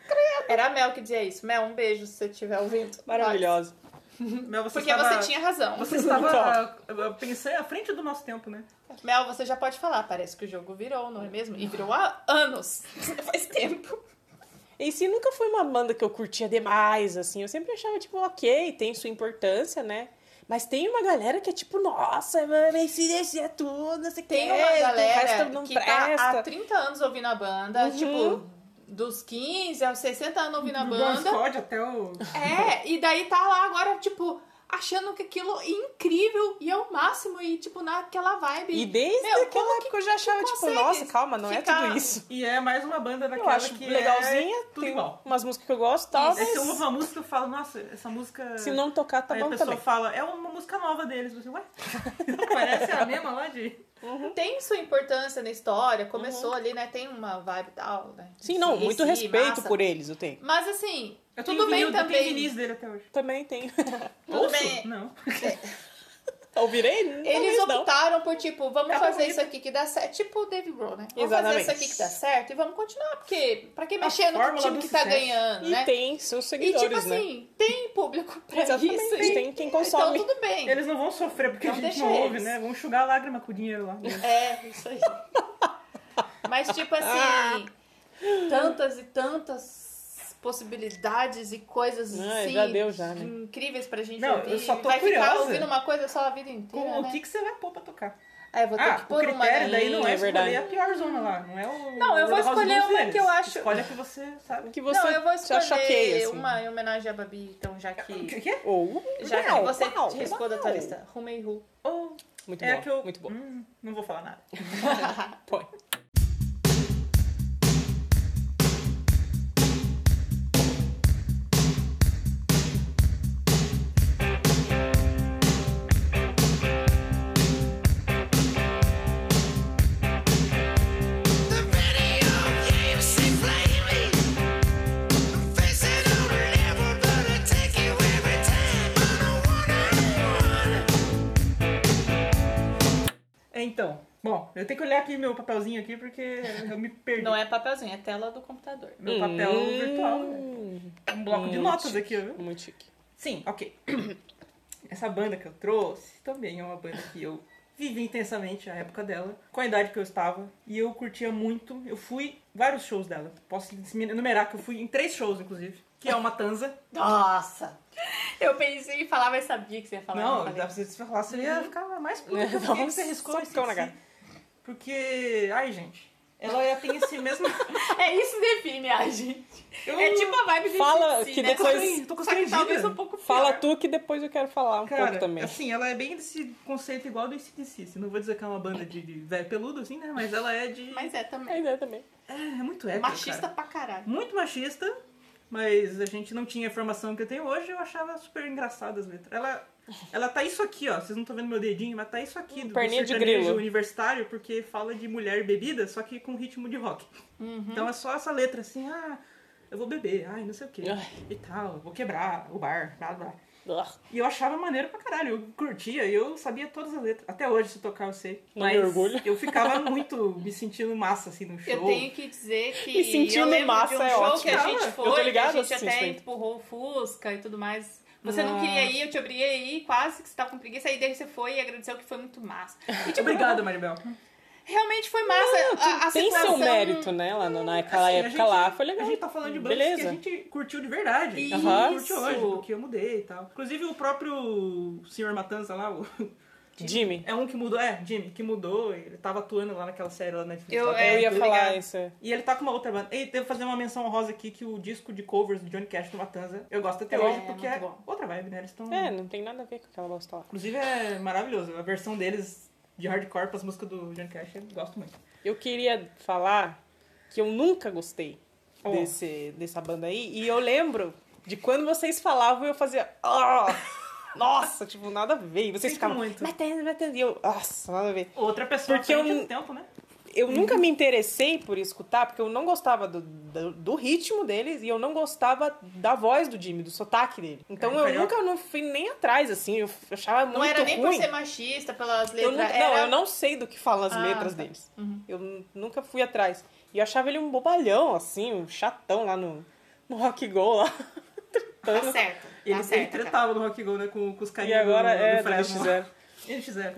S2: Credo. Era a Mel que dizia isso. Mel, um beijo se você estiver ouvindo.
S3: Maravilhosa.
S4: Mel, você
S2: Porque
S4: estava,
S2: você tinha razão.
S4: Você estava pensando à frente do nosso tempo, né?
S2: Mel, você já pode falar. Parece que o jogo virou, não é mesmo? E virou há anos. Faz tempo.
S3: E se nunca foi uma banda que eu curtia demais, assim. Eu sempre achava, tipo, ok, tem sua importância, né? Mas tem uma galera que é tipo, nossa, mano, esse desse é tudo, não sei o
S2: Tem
S3: quê,
S2: uma
S3: o resto
S2: galera
S3: não
S2: que
S3: presta.
S2: tá há 30 anos ouvindo a banda,
S3: Uhum.
S2: tipo, dos 15 aos 60 anos ouvindo a
S4: do
S2: banda.
S4: Scott até o...
S2: É, e daí tá lá agora, tipo, achando que aquilo é incrível e é o máximo, e tipo, naquela vibe.
S3: E desde
S2: Meu, como
S3: aquela época eu já achava, tipo,
S2: consegue
S3: nossa, calma, não é
S2: ficar-
S3: tudo isso.
S4: E é mais uma banda
S3: Eu
S4: daquela
S3: acho
S4: que
S3: legalzinha,
S4: é tudo
S3: tem um
S4: igual.
S3: umas músicas que eu gosto e tal,
S4: É,
S2: um
S4: se eu
S3: mas
S4: ouvo uma música, eu falo, nossa, essa música...
S3: se não tocar, tá
S4: Aí a
S3: bom
S4: pessoa
S3: também.
S4: fala, é uma música nova deles. Você, ué? Parece a mesma lá de...
S3: Uhum.
S2: Tem sua importância na história, começou ali, né? Tem uma vibe e tal, né?
S3: Sim, não,
S2: Esse-
S3: muito
S2: esse
S3: respeito
S2: massa.
S3: por eles, eu tenho.
S2: Mas assim,
S4: Eu tenho
S2: tudo bem
S4: vinil, eu
S2: também.
S4: tenho vinis dele até hoje.
S3: Também tem.
S2: Tudo
S4: Ouço?
S2: bem.
S4: Não.
S3: Ouvirei?
S2: Eles
S3: Tá Talvez não.
S2: optaram por tipo, vamos
S4: Tá
S2: fazer
S4: bonito.
S2: isso aqui que dá certo. Tipo o David Grohl, né? Vamos
S3: Exatamente.
S2: fazer isso aqui que dá certo e vamos continuar, porque pra que
S4: A
S2: mexer no
S4: fórmula
S2: time
S4: do
S2: que tá
S4: sucesso.
S2: ganhando,
S3: E
S2: né?
S3: tem seus
S2: E
S3: seguidores,
S2: tipo
S3: né?
S2: assim, tem público pra
S3: Exatamente,
S2: isso. e-
S3: tem quem consome.
S2: Então tudo bem.
S4: Eles não vão sofrer porque
S2: Não
S4: a gente
S2: Então deixa
S4: não ouve,
S2: eles.
S4: né? Vão enxugar a lágrima com o dinheiro lá.
S2: É, isso aí. Mas tipo
S4: Ah.
S2: assim, tantas e tantas possibilidades e coisas
S3: Ah,
S2: assim,
S3: já deu já, né?
S2: incríveis pra gente
S4: Não,
S2: ouvir.
S4: eu só tô
S2: Vai ficar
S4: curiosa.
S2: ouvindo uma coisa só a vida
S4: Com
S2: inteira,
S4: o
S2: né?
S4: que, que você vai pôr pra tocar?
S2: Ah, eu vou ter
S4: ah,
S2: que
S4: o
S2: pôr uma
S4: critério
S2: daí.
S4: daí não é,
S3: é verdade.
S4: escolher a pior zona lá, não é o.
S2: Não, eu vou
S4: Rosa dos
S2: escolher uma
S4: Deles.
S2: que eu acho-
S4: Escolhe a que você sabe.
S3: Que você
S2: Não, eu vou
S3: já choqueia,
S2: escolher
S3: assim.
S2: uma em homenagem à Babi, então, já que...
S4: Que, que é?
S3: Ou...
S2: Já que
S3: Uau,
S2: você
S3: uau,
S2: riscou da tua
S3: uau.
S2: lista. Rumei Ru.
S4: Ou-
S3: Muito
S4: é
S3: bom,
S4: a que eu.
S3: muito bom.
S4: Hum, não vou falar nada.
S3: Põe.
S4: É, então. Bom, eu tenho que olhar aqui meu papelzinho aqui porque eu me perdi.
S2: Não é papelzinho, é tela do computador.
S4: Meu papel
S3: Hum.
S4: virtual. né? Um bloco de
S3: Hum,
S4: notas aqui, viu?
S3: Muito chique.
S4: Sim, ok. Essa banda que eu trouxe também é uma banda que eu vivi intensamente a época dela, com a idade que eu estava, e eu curtia muito. Eu fui vários shows dela. Posso enumerar que eu fui em três shows, inclusive, que é uma tanza.
S2: Nossa! Eu pensei em falar, mas sabia que você ia falar. né?
S4: Não,
S2: eu
S4: dá pra você se falar, você ia ficar mais puta. Por que que
S3: Nossa,
S4: você arriscou
S3: só
S4: esse
S3: ficou na
S4: esse-
S3: cara.
S4: Porque, ai gente, ela tem esse mesmo...
S2: É isso que define a gente.
S4: Eu-
S2: É tipo a vibe de
S3: Fala
S2: Sissi,
S3: que
S2: né?
S4: Tô
S3: depois-
S4: constran- tô
S2: Só que
S4: constrangida.
S2: talvez um pouco pior.
S3: Fala tu que depois eu quero falar um
S4: Cara,
S3: pouco também.
S4: assim, ela é bem desse conceito igual do ICDC. Assim, não vou dizer que é uma banda de, de velho peludo, assim, né? Mas ela é de...
S2: Mas é
S3: A
S2: também.
S3: ideia também.
S4: É, é muito hétero,
S2: Machista
S4: cara.
S2: pra caralho.
S4: Muito machista, mas a gente não tinha a informação que eu tenho hoje eu achava super engraçada as letras. Ela, ela tá isso aqui, ó. Vocês não estão vendo meu dedinho, mas tá isso aqui do
S3: Um perninha de
S4: sertanejo
S3: grilo.
S4: universitário, porque fala de mulher e bebida, só que com ritmo de rock.
S2: Uhum.
S4: Então é só essa letra assim, ah, eu vou beber, ai, não sei o quê.
S3: Ai.
S4: E tal, eu vou quebrar o bar, blá blá.
S3: Ugh.
S4: E eu achava maneiro pra caralho. Eu curtia, eu sabia todas as letras. Até hoje, se eu tocar, eu sei.
S3: Não me orgulho.
S4: eu ficava muito me sentindo massa, assim, no show.
S2: Eu tenho que dizer que
S3: E sentindo
S2: eu lembro
S3: massa
S2: de um
S3: é
S2: show
S3: ótimo.
S2: que a gente
S4: Eu
S3: tô
S2: foi, que
S3: ligado,
S2: a gente
S3: assisti
S2: até
S3: isso aí.
S2: empurrou o Fusca e tudo mais. Você não queria ir, eu te obriguei a ir, quase que você tava com preguiça, aí daí você foi e agradeceu que foi muito massa. E, tipo,
S4: Obrigado, Maribel.
S2: realmente foi massa. a, a
S3: Tem
S2: situação...
S3: seu mérito, né? Lá no- naquela
S4: Assim, a
S3: época
S4: gente-
S3: lá, foi legal.
S4: A gente tá falando de bandas que
S3: Beleza.
S4: a gente curtiu de verdade.
S2: Isso.
S4: A gente não curtiu hoje, porque eu mudei e tal. Inclusive, o próprio Sr. Matanza lá, o...
S3: Jimmy.
S4: É um que mudou, é, Jimmy, que mudou, ele tava atuando lá naquela série lá na Netflix.
S2: Eu-
S4: lá,
S2: é,
S4: tá
S3: Eu ia
S4: tudo
S3: falar
S4: ligado.
S3: isso. é.
S4: E ele tá com uma outra banda. E devo fazer uma menção honrosa aqui que o disco de covers do Johnny Cash do Matanza eu gosto até
S2: É,
S4: hoje, porque
S2: muito
S4: é
S2: bom.
S4: outra vibe, né? Eles estão.
S3: É, não tem nada a ver com aquela bosta lá.
S4: Inclusive é maravilhoso. A versão deles de hardcore pras músicas do Johnny Cash eu gosto muito.
S3: Eu queria falar que eu nunca gostei
S4: Oh.
S3: desse, dessa banda aí. E eu lembro de quando vocês falavam e eu fazia. "Ah, nossa, tipo, nada a ver. E vocês
S4: Sinto
S3: ficavam.
S4: muito.
S3: Matanza, Matanza", E eu, nossa, nada a ver.
S4: Outra pessoa
S3: Porque
S4: à frente
S3: eu- Tá
S4: do tempo, né?
S3: Eu nunca me interessei por escutar, porque eu não gostava do, do, do ritmo deles e eu não gostava da voz do Jimmy, do sotaque dele. Então
S4: Cara,
S3: eu
S4: carioca.
S3: nunca não fui nem atrás, assim, eu f- achava muito
S2: Não era nem por
S3: ruim.
S2: ser machista, pelas letras.
S3: eu nunca,
S2: era...
S3: Não, eu não sei do que falam as
S2: Ah,
S3: letras
S2: tá.
S3: deles. Eu n- nunca fui atrás. E eu achava ele um bobalhão, assim, um chatão lá no, no Rock Go lá.
S2: Tá certo.
S4: Ele,
S2: tá
S4: ele
S2: certo, cara.
S4: tretava no Rock Go, né? Com, com os
S3: E
S4: carinhas
S3: agora
S4: do, do
S3: é, do
S4: Fresno.
S3: NX0.
S4: Eles fizeram.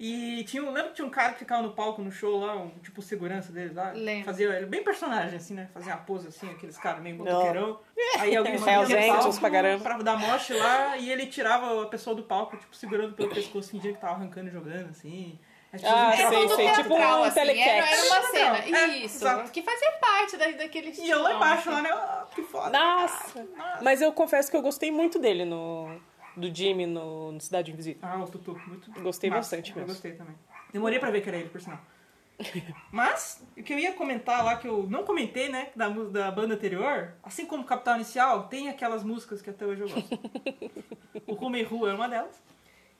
S4: E tinha um, lembra que tinha um cara que ficava no palco no show lá, um, tipo segurança dele lá?
S2: Lembro.
S4: Fazia ele bem personagem, assim, né? Fazia uma pose assim, aqueles caras meio motoqueirão. Aí alguém
S3: É,
S4: subia
S3: os
S4: no
S3: Angels
S4: palco
S3: pra caramba.
S4: pra dar moche lá e ele tirava a pessoa do palco, tipo, segurando pelo pescoço, fingindo que tava arrancando e jogando, assim. As pessoas
S3: Ah,
S4: entravam
S2: Era
S3: sei,
S4: no
S2: tudo
S3: sei,
S4: palco.
S3: tipo
S2: teatral,
S3: um
S2: assim, Era, era uma
S4: teletext.
S2: cena,
S4: É,
S2: isso,
S4: exato.
S2: que fazia parte da, daquele estilo.
S4: E eu lá embaixo, lá, né? Ah, que foda.
S3: Nossa! Mas eu confesso que eu gostei muito dele no. Do Jimmy no, no Cidade Invisível.
S4: Ah, o Tutu, muito
S3: Gostei
S4: massa.
S3: bastante
S4: Eu
S3: mesmo.
S4: gostei também. Demorei pra ver que era ele, por sinal. Mas, o que eu ia comentar lá, que eu não comentei, né, da, mu- da banda anterior, assim como Capital Inicial, tem aquelas músicas que até hoje eu gosto. o Rume Rua é uma delas.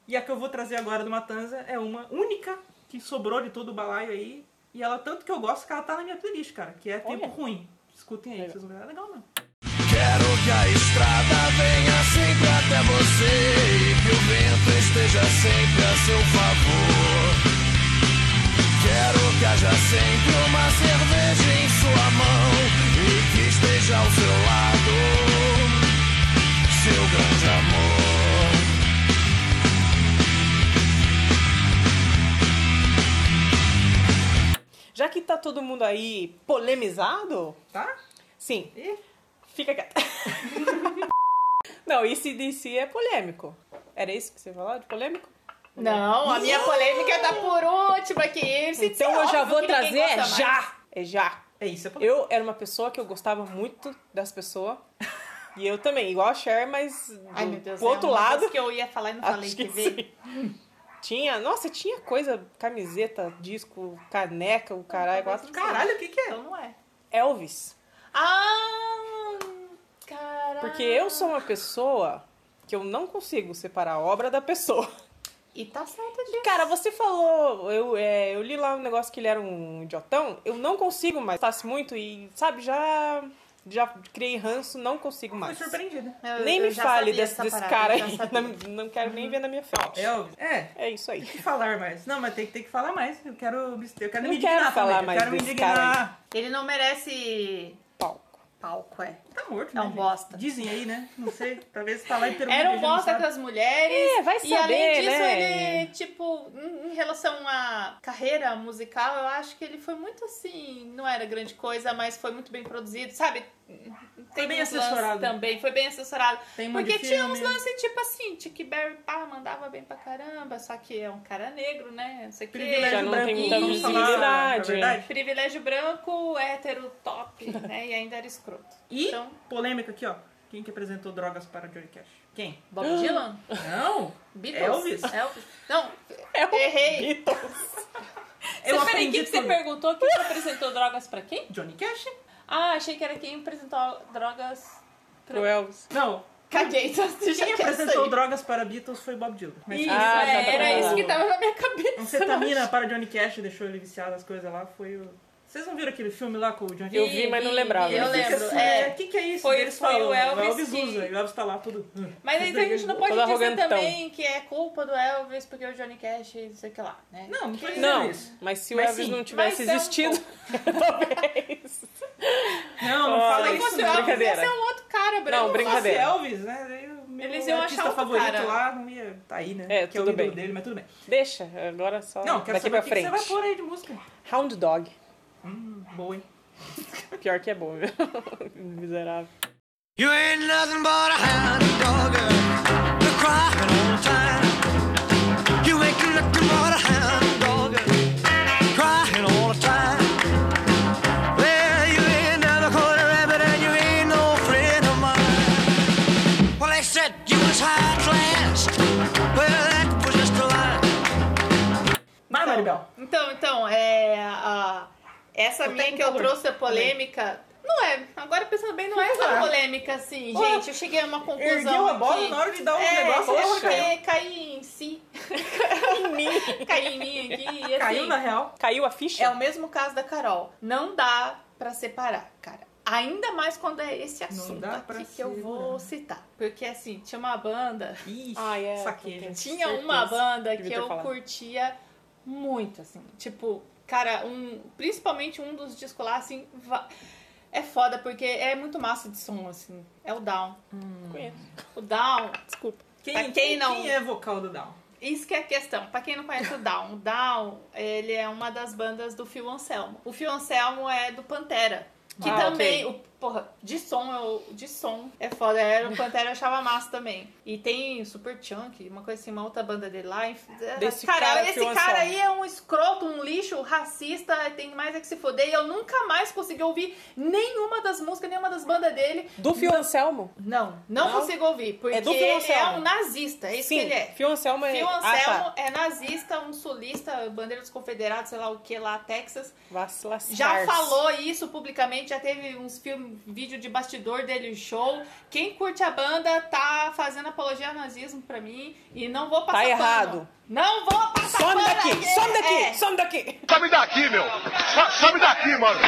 S4: E a que eu vou trazer agora do Matanza é uma única que sobrou de todo o balaio aí. E ela, tanto que eu gosto, que ela tá na minha playlist, cara, que é Tempo Ruim. Escutem aí, vocês vão ver. É legal mesmo.
S5: Quero que a estrada venha sempre até você e que o vento esteja sempre a seu favor. Quero que haja sempre uma cerveja em sua mão e que esteja ao seu lado, seu grande amor.
S3: Já que tá todo mundo aí polemizado,
S4: Tá?
S3: sim,
S4: E
S3: fica quieto. não, esse DC é polêmico. Era isso que você falou de polêmico?
S2: Não, a minha polêmica tá por última aqui. Esse
S3: Então eu
S2: óbvio
S3: já vou
S2: que ninguém
S3: trazer
S2: gosta
S3: é
S2: mais.
S3: já. É já.
S4: é isso, é polêmica.
S3: Eu era uma pessoa que eu gostava muito das pessoas. E eu também, igual a Cher, mas do,
S2: Ai, meu Deus.
S3: pro
S2: é
S3: outro
S2: uma das
S3: lado,
S2: que eu ia falar e não falei
S3: acho
S2: que
S3: que
S2: veio.
S3: sim. Tinha, nossa, tinha coisa, camiseta, disco, caneca, o caralho. quatro-
S4: Caralho, o que que é?
S2: Então não é.
S3: Elvis.
S2: Ah! Caralho.
S3: Porque eu sou uma pessoa que eu não consigo separar a obra da pessoa.
S2: E tá certo disso.
S3: Cara, você falou, eu, é, eu li lá um negócio que ele era um idiotão, eu não consigo mais, faço muito e, sabe, já, já criei ranço, não consigo
S4: Fui
S3: mais.
S4: surpreendida.
S2: Eu-
S3: Nem
S2: eu
S3: me
S2: já
S3: fale
S2: sabia
S3: desse,
S2: essa
S3: desse
S2: parada,
S3: cara
S2: eu já
S3: aí,
S2: sabia.
S3: não, não quero nem ver na minha frente.
S4: Elvis. É,
S3: É isso aí.
S4: que falar mais. Não, mas tem, tem que falar mais. Eu quero, me- eu quero
S3: Não
S4: me indignar.
S3: quero falar
S4: também.
S3: mais
S4: eu quero me
S3: desse
S4: indignar.
S3: cara
S2: Ele não merece
S3: Palco.
S2: palco, é.
S4: Tá morto,
S2: É
S4: né?
S2: um
S4: gente?
S2: bosta.
S4: Dizem aí, né? Não sei. Talvez tá lá em Peru.
S2: Era um
S4: um
S2: bosta com as mulheres.
S3: É, vai
S2: e além
S3: saber,
S2: disso,
S3: né?
S2: ele, tipo, em em relação à carreira musical, eu acho que ele foi muito assim. Não era grande coisa, mas foi muito bem produzido, sabe? Tem
S4: bem
S2: uns lances
S4: assessorado.
S2: Também, foi bem assessorado.
S4: Tem um monte
S2: Porque
S4: de
S2: tinha
S4: filme.
S2: uns lances tipo assim, Tick Berry, pá, mandava bem pra caramba, só que é um cara negro, né? Não sei o
S4: Privilégio
S3: Já
S2: que.
S3: não
S4: branco,
S3: tem
S2: muita
S4: vamos falar,
S3: visibilidade.
S4: na verdade.
S2: Privilégio branco, hétero top, né? E ainda era escroto.
S4: E
S2: Então,
S4: polêmica aqui, ó. Quem que apresentou drogas para Johnny Cash? Quem?
S2: Bob Dylan?
S4: Não.
S2: Beatles?
S4: Elvis?
S2: Elvis. Não,
S3: É
S2: errei.
S4: Eu
S7: Você, peraí, o
S4: aprendi
S7: que, que você
S4: tudo.
S7: perguntou? Quem que apresentou drogas pra quem?
S4: Johnny Cash?
S7: Ah, achei que era quem apresentou drogas
S3: Pro Elvis.
S4: Não.
S2: Caguei, então deixa
S4: Quem
S2: quieto
S4: apresentou
S2: aí.
S4: drogas para Beatles foi Bob Dylan. Mas
S7: Isso,
S3: Ah,
S7: é,
S3: tá, tá,
S7: era
S3: tá, tá.
S4: tá
S7: isso que tava na minha cabeça.
S4: anfetamina para Johnny Cash deixou ele viciado as coisas lá foi o Vocês não viram aquele filme lá com o John
S3: Eu vi, mas não lembrava.
S2: Eu
S4: Ele fica
S2: lembro,
S4: assim,
S2: é.
S4: O que, que é isso?
S2: Foi-
S4: Daí eles
S2: foi
S4: falam,
S2: o
S4: "É
S2: Elvis que-
S4: Guza. E o Elvis tá lá tudo.
S2: Mas então a gente
S4: um
S2: não pode
S3: Todo
S2: dizer
S3: arrogantão.
S2: também que é culpa do Elvis porque o Johnny Cash e não sei o que lá, né?
S4: Não, não tô dizendo
S3: Não,
S4: isso.
S3: mas se o
S4: Mas
S3: Elvis
S4: sim,
S3: não tivesse
S2: mas é um
S3: existido, talvez.
S4: Não, não
S3: Ah,
S4: fala
S2: Se
S4: isso.
S2: fosse o
S4: não.
S2: Elvis, ia
S3: brincadeira.
S2: ser um outro cara branco.
S3: Não,
S4: Se fosse
S3: brincadeira.
S4: Elvis, né? daí o meu
S2: Eles iam
S4: artista
S2: achar outro
S4: favorito
S2: cara.
S4: lá não ia tá aí, né?
S3: É,
S4: que é o
S3: tudo
S4: ídolo
S3: bem.
S4: dele, mas tudo bem.
S3: Deixa, agora é só
S4: Não, quero
S3: daqui
S4: saber
S3: pra
S4: o que, que
S3: frente.
S4: você vai pôr aí de música.
S3: Hound Dog.
S4: Hum, boa, hein?
S2: Então,
S3: Pior que é bom, viu? Miserável.
S5: You ain't nothing but a hound dog. You're crying all the time. You ain't nothing but a hound dog. Crying all the time. Well, you ain't never caught a rabbit and you ain't no friend of mine. Well, they said you was high class. Well, that was just a lie.
S4: Vai, Maribel.
S2: Então, então, é. a- essa
S4: um
S2: minha que eu trouxe a polêmica. Não é, agora pensando bem, não é
S4: Ah.
S2: essa polêmica assim,
S4: Ué,
S2: gente. Eu cheguei a uma conclusão.
S4: Ergueu a bola
S2: que-
S4: na hora de dar um
S2: é,
S4: negócio. ela
S2: eu
S4: caiu.
S2: caí, caí em si. em mim. Caí em mim aqui. E, assim,
S4: Caiu na real.
S3: Caiu a ficha?
S2: É o mesmo caso da Carol. Não dá pra separar, cara. Ainda mais quando é esse assunto
S4: dá pra
S2: aqui que eu vou citar. Porque assim, tinha uma banda
S4: Ih,
S3: Ah, é,
S4: saquei.
S3: eu
S4: gente.
S2: tinha
S3: Certeza.
S2: uma banda que
S3: Devia ter
S2: eu
S3: falado.
S2: curtia muito, assim. Tipo, cara, um, principalmente um dos discos lá, assim, va- é foda, porque é muito massa de som, assim. É o Down.
S3: Conheço.
S2: O Down,
S3: Desculpa.
S4: Quem,
S2: Pra quem
S4: quem-
S2: não-
S4: quem é vocal do Down?
S2: isso que é a questão. Pra quem não conhece o Down, o Down, ele é uma das bandas do Phil Anselmo. O Phil Anselmo é do Pantera. Que
S3: Ah,
S2: também, o, porra, de som, eu, de som é foda. Era o Pantera eu achava massa também. E tem Super Chunk, uma coisa assim, uma outra banda dele lá. enfim,
S3: Desse
S2: cara,
S3: cara,
S2: esse
S3: Phil
S2: cara
S3: Anselmo.
S2: aí é um escroto, um lixo, racista, tem mais é que se foder. E eu nunca mais consegui ouvir nenhuma das músicas, nenhuma das bandas dele.
S3: Do Fio Anselmo?
S2: Não, não,
S3: Não?
S2: consigo ouvir, porque
S3: É do Phil
S2: ele é
S3: Anselmo.
S2: um nazista, é isso
S3: Sim,
S2: que ele é.
S3: Fio Anselmo é...
S2: Phil
S3: Ah,
S2: Anselmo
S3: tá.
S2: é nazista, um sulista, bandeira dos confederados, sei lá o que lá, Texas.
S3: Vacilaçar.
S2: Já falou isso publicamente, já teve uns filmes, vídeo de bastidor dele, show. Quem curte a banda tá fazendo apologia ao nazismo pra mim e não vou passar
S3: Tá
S2: pano.
S3: errado.
S2: Não vou passar
S3: Some
S2: pano
S3: daqui,
S2: aqui.
S3: some daqui,
S2: É.
S3: some daqui.
S9: Sabe daqui, meu! Sa- Sabe daqui, mano!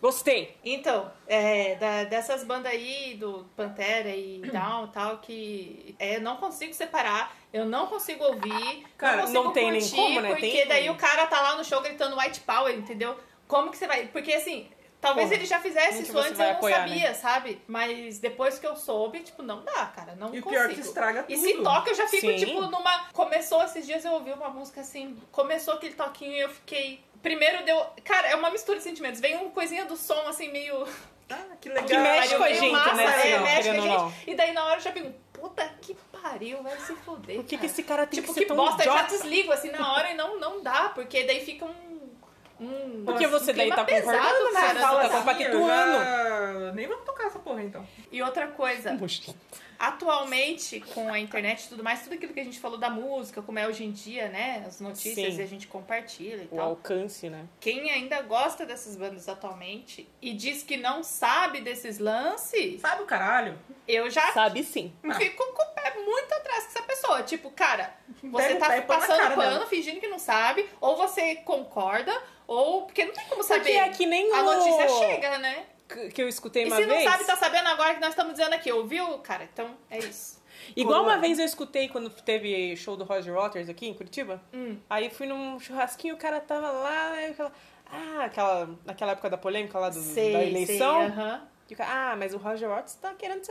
S3: Gostei.
S2: Então, é, da- dessas bandas aí, do Pantera e Down e tal, que é, eu não consigo separar, eu não consigo ouvir,
S3: Cara,
S2: não consigo
S3: não tem nem
S2: curtir,
S3: como, né?
S2: porque
S3: Tem-
S2: daí o cara tá lá no show gritando white power, entendeu? Como que você vai... Porque, assim, talvez
S3: Porra,
S2: ele já fizesse
S3: gente,
S2: isso
S3: você
S2: antes, eu
S3: vai
S2: não
S3: apoiar, né?
S2: sabia, sabe? Mas depois que eu soube, tipo, não dá, cara, não
S4: E o
S2: consigo.
S4: pior é que estraga tudo.
S2: E se toca, eu já fico,
S3: Sim.
S2: tipo, numa. Começou esses dias eu ouvi uma música assim. Começou aquele toquinho e eu fiquei. Primeiro deu. Cara, é uma mistura de sentimentos. Vem uma coisinha do som, assim, meio.
S4: Ah, que legal.
S3: Que mexe com a
S2: meio
S3: gente,
S2: massa,
S3: né?
S2: É,
S3: Legal,
S2: mexe
S3: querendo
S2: com
S3: ou
S2: a
S3: não.
S2: gente. E daí na hora eu já fico, puta que pariu, vai se foder.
S3: Por que, que
S2: cara.
S3: esse cara tem
S2: Tipo,
S3: que ser
S2: que
S3: tão
S2: bosta, eu já
S3: idiota?
S2: desligo assim na hora e não, não dá, porque daí fica um. um
S3: Porque você
S2: um
S3: daí
S2: clima
S3: tá
S2: pesado,
S3: concordando,
S2: cara,
S3: você fala,
S2: sabe?
S3: tá compactuando.
S4: Nem vamos tocar essa porra, então.
S2: E outra coisa,
S3: Puxa.
S2: Atualmente, com a internet e tudo mais, tudo aquilo que a gente falou da música, como é hoje em dia, né? As notícias
S3: Sim.
S2: e a gente compartilha e
S3: O
S2: tal.
S3: alcance, né?
S2: Quem ainda gosta dessas bandas atualmente e diz que não sabe desses lances,
S4: Sabe o caralho?
S2: eu já
S3: Sabe sim.
S2: fico com o pé muito atrás com essa pessoa. Tipo, cara, você
S4: Pega o pé
S2: tá
S4: e põe na
S2: passando
S4: cara
S2: pano,
S4: dela.
S2: fingindo que não sabe, ou você concorda, ou. Porque não tem como
S3: Porque
S2: saber.
S3: é que nem
S2: tá A
S3: o-
S2: notícia chega, né?
S3: que- Que eu escutei
S2: E
S3: uma
S2: se não
S3: vez.
S2: sabe, tá sabendo agora que nós estamos dizendo aqui, ouviu, cara? Então é isso.
S3: Igual
S4: Boa.
S3: uma vez eu escutei quando teve show do Roger Waters aqui em Curitiba.
S2: Hum.
S3: Aí fui num churrasquinho, o cara tava lá, aí eu falava, ah, aquela, naquela época da polêmica lá do- da eleição.
S2: aham.
S3: E o cara, ah, mas o Roger Waters tá querendo se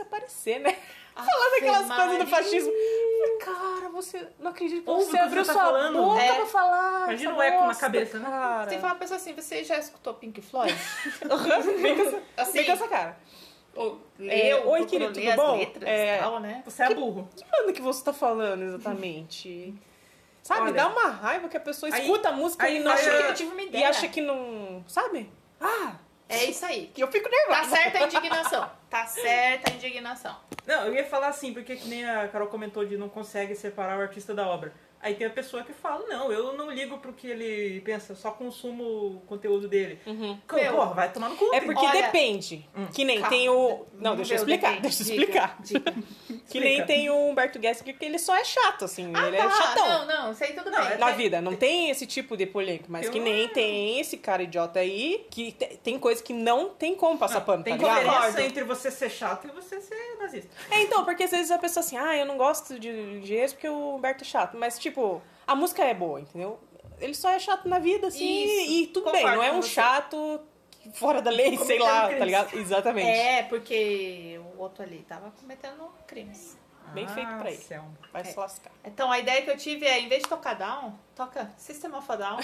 S3: aparecer, né?
S2: Falando
S3: Aquelas coisas do fascismo. Eu falei, Cara, você não acredito que
S4: Ouve o
S3: você
S4: que
S3: abriu
S4: você
S3: sua
S4: tá falando."
S3: boca
S2: É.
S3: pra falar.
S4: Imagina
S3: essa
S4: um eco na
S3: bosta,
S4: cabeça, né?
S3: Cara.
S2: Você fala uma pessoa assim, você já escutou Pink Floyd?
S3: Vem com essa-
S2: Assim,
S3: vem com essa cara.
S2: ou,
S3: É,
S2: leu,
S3: oi,
S2: procurou
S3: querido,
S2: ler
S3: tudo
S2: as
S3: bom?
S2: letras
S3: É.
S2: e tal, né?
S4: Você é burro.
S3: Que banda que você tá falando exatamente? Sabe,
S4: Olha.
S3: dá uma raiva que a pessoa
S4: Aí-
S3: escuta a música
S4: aí
S3: e não
S4: vai-
S3: acha
S2: Acho que eu
S3: que,
S2: tive uma
S3: e
S2: ideia.
S3: acha que não. Sabe? Ah!
S2: É isso aí.
S3: E eu fico
S2: Tá
S3: nervosa.
S2: certa a indignação. Tá certa a indignação.
S4: Não, eu ia falar assim, porque que nem a Carol comentou de não consegue separar o artista da obra. Aí tem a pessoa que fala, não, eu não ligo pro que ele pensa, só consumo o conteúdo dele. Pô,
S2: Meu.
S4: Porra, vai tomar no cu.
S3: Uhum. É
S4: filho.
S3: porque
S2: Olha- Hum,
S3: depende. Que nem
S2: Calma.
S3: tem o. Não, deixa eu
S2: Meu,
S3: explicar.
S2: depende.
S3: Deixa eu
S2: Diga,
S3: explicar.
S2: diga.
S3: Que nem
S4: Explica.
S3: tem o Humberto Gessinger, que ele só é chato, assim. ele
S2: tá,
S3: é chatão.
S2: Não, não, isso aí tudo
S4: Não,
S2: bem.
S4: é
S3: Na
S4: Tem-
S3: vida, não tem esse tipo de polêmica, mas
S4: Eu
S3: que nem
S4: não-
S3: tem esse cara idiota aí, que te- tem coisa que não tem como passar pano,
S4: Tem assim.
S3: tá ligado?
S4: diferença
S2: Concordo.
S4: entre você ser chato e você ser nazista.
S3: É, então, porque às vezes a pessoa assim, ah, eu não gosto de Jesus porque o Humberto é chato. Mas, tipo, a música é boa, entendeu? Ele só é chato na vida, assim,
S2: Isso,
S3: e tudo
S2: concordo
S3: bem, não é
S2: com
S3: um
S2: você.
S3: chato fora da lei, sei
S4: Cometendo
S3: lá,
S4: crimes.
S3: tá ligado? Exatamente.
S2: É, porque o outro ali tava cometendo crimes.
S3: Bem feito pra ele.
S4: Ah, céu.
S3: Vai
S2: É.
S3: se lascar.
S2: Então a ideia que eu tive é, em vez de tocar down, toca System of a Down.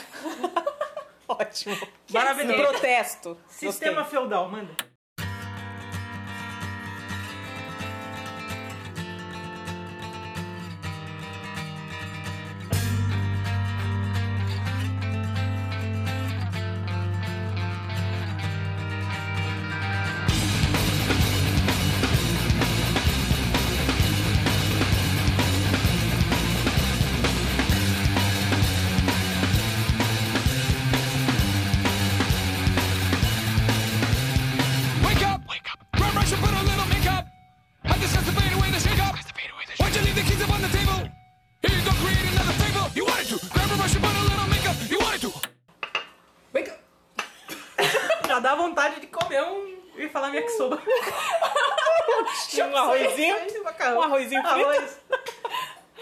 S3: Ótimo.
S4: Maravilhoso.
S3: Protesto.
S4: Sistema
S3: Gostei.
S4: feudal, manda.
S5: Wake up! Wake up! Reverend, put a little makeup. I just has to fade away the shake up. Why'd you leave the keys up on the table? Here you go, create another fable. You wanted to. Grab a brush and put a little makeup. You wanted to.
S4: Já dá vontade de comer um. E falar minha que soba.
S3: Um Uh, arrozinho. Um arrozinho frito.
S4: Arroz.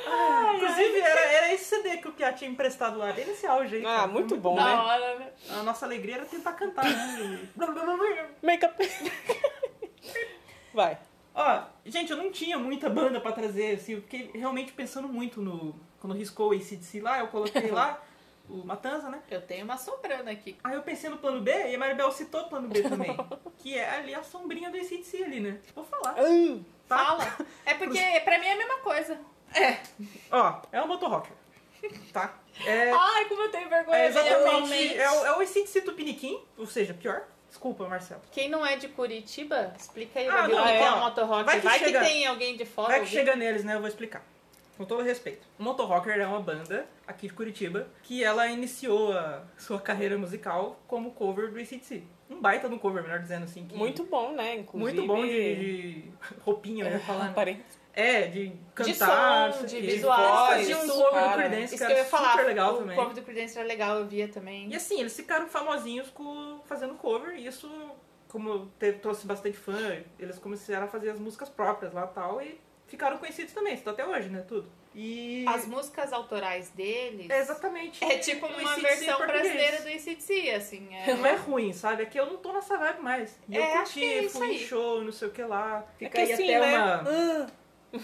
S4: Ah, Inclusive, era, era esse CD que o Piá tinha emprestado lá, bem nesse auge aí.
S3: Ah,
S4: cara.
S3: muito bom,
S7: Da
S3: né?
S7: hora, né?
S4: A nossa alegria era tentar cantar, né? E-
S3: Make-up. Vai.
S4: Ó, gente, eu não tinha muita banda pra trazer, assim, eu fiquei realmente pensando muito no. Quando riscou o ACDC lá, eu coloquei lá o Matanza, né?
S2: Eu tenho uma sobrando aqui.
S4: Aí eu pensei no plano B e a Maribel citou o plano B também. que é ali a sombrinha do ACDC ali, né? Vou falar. tá?
S2: Fala. É porque pra mim é a mesma coisa.
S4: Ó, é um motorrocker. Tá? É,
S7: Ai, como eu tenho vergonha
S4: é
S7: dele
S4: exatamente.
S7: atualmente.
S4: É, o- é o ACDC Tupiniquim, ou seja, pior. Desculpa, Marcelo.
S2: Quem não é de Curitiba, explica aí,
S4: Ah,
S2: Gabi, o
S4: não,
S2: que
S4: é,
S2: é
S4: ó.
S2: um motorrock.
S4: Vai
S2: Vai,
S4: que
S2: que
S4: chega-
S2: tem alguém de fora.
S4: Vai que
S2: ouvindo.
S4: chega neles, né? Eu vou explicar. Com todo respeito. O Motorrocker é uma banda aqui de Curitiba que ela iniciou a sua carreira musical como cover do ACDC. Um baita de um cover, melhor dizendo assim. que-
S3: Muito bom, né? Inclusive.
S4: muito bom de, de roupinha, eu ia falar. né?
S3: Parei.
S4: É, de
S2: De
S4: cantar,
S2: som,
S4: não sei
S2: de
S4: o quê,
S2: visual,
S4: Eles
S2: de
S4: faziam um
S2: som,
S4: cover do
S3: cara.
S4: Creedence,
S2: Isso
S4: que
S2: que eu
S4: era
S2: ia falar.
S4: super legal
S2: o
S4: também.
S2: cover do Creedence era legal, eu via também.
S4: E assim, eles ficaram famosinhos com, fazendo cover, e isso, como teve- trouxe bastante fã, eles começaram a fazer as músicas próprias lá e tal, e ficaram conhecidos também, estão até hoje, né? Tudo. E.
S2: As músicas autorais deles
S4: É exatamente.
S2: é tipo
S4: O
S2: uma
S4: AC/DC
S2: versão
S4: português.
S2: brasileira do ACDC, assim. É,
S4: Não é ruim, sabe? É que eu não tô nessa vibe mais. E
S2: É,
S4: eu
S2: acho que é
S4: curti,
S2: isso
S4: fui em
S2: aí.
S4: show, não sei o que lá.
S3: É
S4: Fica
S3: que
S4: aí
S3: assim,
S4: até
S3: né?
S4: uma.
S3: Ah,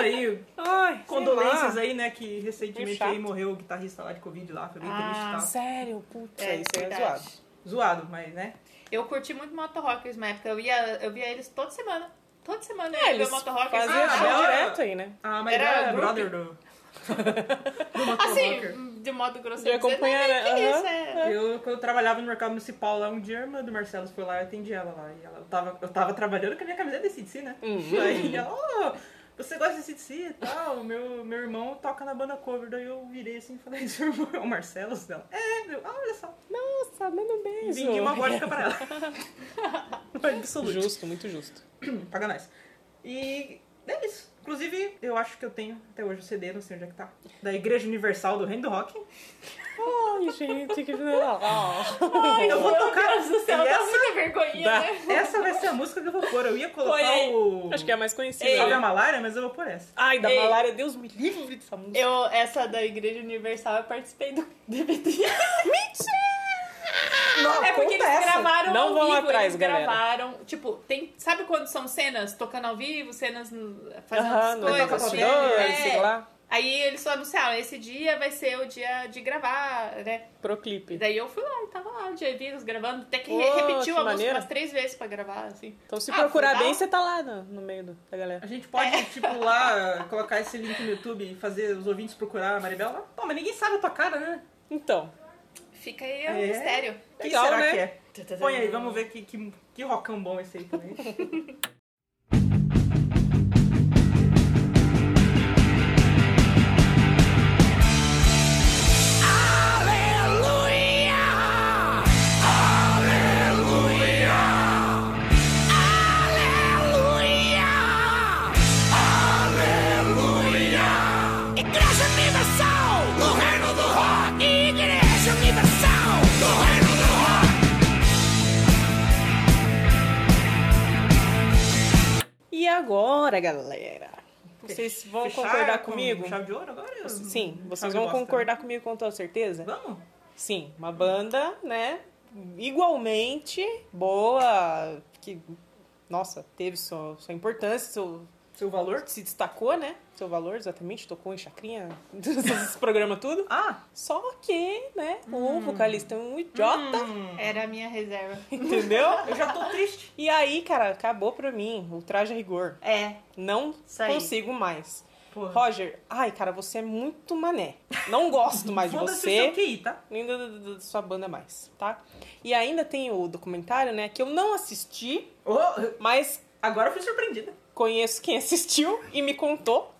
S4: aí
S3: Ai, sei
S4: condolências
S3: lá.
S4: aí, né? Que
S3: Meio
S4: recentemente
S3: chato.
S4: aí morreu o guitarrista lá de Covid lá, foi bem
S2: É Ah,
S4: triste e tal.
S3: Sério, putz,
S2: É,
S3: isso aí é
S2: verdade.
S3: zoado.
S4: Zoado, mas né?
S2: Eu curti muito Motorrockers na época. Eu, ia, eu via eles toda semana. Toda semana eu
S3: É,
S2: ia
S3: eles
S2: ver assim. Motorrockers.
S3: faziam
S4: Ah,
S3: show
S4: não.
S3: direto aí, né?
S4: A
S2: Era
S4: Maria é
S2: grupo?
S4: brother do. do Mato Rocker.
S2: assim, de modo
S3: De
S2: grosseiro. dizer,
S3: acompanhar, né?
S2: "Não, que
S3: Aham.
S2: isso, é.
S4: Eu, quando eu trabalhava no mercado municipal lá, um dia a irmã do Marcelo foi lá e eu atendi ela lá. E ela, eu, tava, eu tava trabalhando com a minha camiseta de CDC, né?
S7: Uhum.
S4: Aí ela, "Ô, você gosta de CDC e tal? Meu, meu irmão toca na banda cover. Daí eu virei assim e falei, seu irmão é o Marcelo? Ela, é, meu, ah, olha só.
S3: Nossa, dando bem.
S4: Vendi uma vodka pra ela. Absoluto.
S3: Justo, muito justo.
S4: Paga nós. E é isso. Inclusive, eu acho que eu tenho até hoje o CD, não sei onde é que tá. Da Igreja Universal do Reino do Rock.
S3: Ai, gente, que
S7: Ah.
S3: legal.
S4: eu vou tocar.
S7: Meu Deus do céu, tá
S4: e
S7: dá
S4: essa,
S7: muita vergonhinha,
S3: Dá.
S7: né?
S4: essa vai ser a música que eu vou pôr. Eu ia colocar
S7: Põe aí.
S4: o.
S3: Acho que é a mais conhecida.
S4: Salve
S3: né?
S4: a Malária, mas eu vou pôr essa.
S3: Ai, da
S7: Ei.
S3: malária, Deus me livre dessa música.
S2: Eu, essa da Igreja Universal, eu participei do DVD.
S3: Não,
S7: É porque eles
S3: acontece.
S7: gravaram
S3: Não
S7: ao
S3: vão
S7: vivo,
S3: atrás,
S7: eles
S3: galera.
S7: gravaram, tipo, tem, sabe quando são cenas tocando ao vivo, cenas hum, fazendo
S3: Aham, né?
S7: as
S3: no
S7: coisas,
S2: assim,
S3: bastidor,
S2: né?
S7: é.
S3: sei lá.
S7: Aí eles só anunciaram, esse dia vai ser o dia de gravar, né?
S3: Pro
S2: E
S3: clipe.
S2: daí eu fui lá, eu tava lá, dia vírus gravando, até que re-
S3: Oh, que
S2: repetiu a música
S3: maneiro.
S2: umas três vezes pra gravar, assim.
S3: Então se
S2: Ah,
S3: procurar
S2: foi
S3: bem,
S2: lá.
S3: você tá lá no, no meio do- da galera.
S4: A gente pode,
S3: É.
S4: tipo, lá, colocar esse link no YouTube e fazer os ouvintes procurar a Maribel lá. Pô, mas ninguém sabe a tua cara, né?
S3: Então,
S2: Fica aí o
S4: É.
S2: mistério.
S4: Quem
S3: Legal,
S4: será
S3: né?
S4: que é? Põe aí, vamos ver que, que, que rockão bom esse aí também.
S3: agora, galera. Vocês vão
S4: Fechar
S3: concordar
S4: com
S3: comigo?
S4: Chave de ouro agora?
S3: Sim, vocês
S4: Chave
S3: vão
S4: de bosta.
S3: concordar comigo com toda certeza?
S4: Vamos?
S3: Sim, uma banda, né? Igualmente boa, que, nossa, teve sua, sua importância, seu,
S4: Seu valor?
S3: se destacou, né? Seu valor, exatamente, tocou em chacrinha, esses programas tudo.
S4: Ah!
S3: Só que, né, o vocalista é um idiota,
S2: Era a minha reserva.
S3: entendeu?
S4: Eu já tô triste.
S3: E aí, cara, acabou pra mim o traje a rigor.
S2: É,
S3: Não
S2: Isso aí.
S3: consigo mais.
S4: Porra.
S3: Roger, ai, cara, você é muito mané. Não gosto mais de
S4: Foda-se o
S3: você.
S2: é
S4: seu QI, tá?
S3: nem da, da- da- da sua banda mais, tá? E ainda tem o documentário, né, que eu não assisti,
S4: Ô,
S3: mas
S4: agora eu fui surpreendida.
S3: conheço quem assistiu e me contou.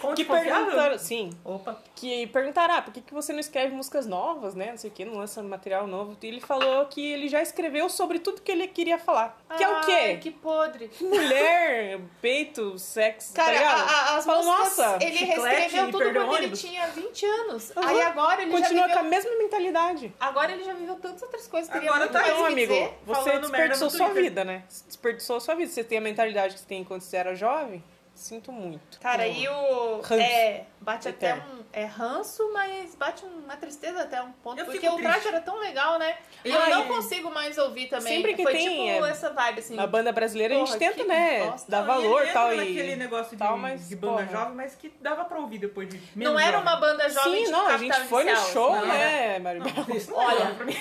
S4: Fonte
S3: Que
S4: confiável?
S3: perguntaram, sim,
S4: Opa.
S3: que perguntaram, ah, por que, que você não escreve músicas novas, né, não sei o que, não lança material novo. E ele falou que ele já escreveu sobre tudo que ele queria falar. Que é o
S2: Ai,
S3: quê?
S2: que podre.
S3: Mulher, peito, sexo, tá
S2: Cara,
S3: ligado?
S2: a- a- as
S3: Fala,
S2: músicas,
S3: nossa,
S2: ele
S4: chiclete
S2: reescreveu
S4: e
S2: tudo
S4: perdeu
S2: quando ele
S4: ônibus.
S2: tinha 20 anos.
S3: Aham.
S2: Aí agora ele
S3: continua
S2: já
S3: com a
S2: viveu...
S3: mesma mentalidade.
S2: Agora ele já viveu tantas outras coisas. Teria
S4: Agora
S2: muito
S4: tá
S2: mais
S4: aí,
S2: o
S3: Então,
S2: que
S3: amigo,
S2: dizer.
S3: você
S4: falando merda
S3: desperdiçou
S4: no
S3: sua
S4: Twitter.
S3: vida, né? Desperdiçou sua vida. Você tem a mentalidade que você tem quando você era jovem? Sinto muito.
S2: Cara, e o...
S3: Ranço.
S2: É, bate até
S3: Eterno.
S2: um... É ranço, mas bate uma tristeza até um ponto.
S4: Eu
S2: porque
S4: fico
S2: o traje
S4: triste.
S2: era tão legal, né?
S4: E
S2: eu
S4: aí-
S2: não consigo mais ouvir também.
S3: Sempre que
S2: Foi
S3: tem,
S2: tipo
S3: é,
S2: essa vibe, assim.
S3: Na banda brasileira a gente
S2: Porra,
S3: tenta,
S2: que
S3: né?
S2: bosta.
S3: Dar
S4: Não,
S3: valor
S4: ele
S3: tal
S4: entra naquele
S3: e.
S4: negócio de,
S3: tal, mas,
S4: de banda
S3: porra.
S4: jovem, mas que dava pra ouvir depois de menos
S2: Não era
S4: jovem.
S2: uma banda jovem
S3: Sim,
S2: de
S3: não, a
S2: capital
S3: gente foi no
S2: inicial,
S3: show,
S2: assim,
S3: né, Maribel?
S4: Isso não
S2: Olha, é-
S4: dava pra mim.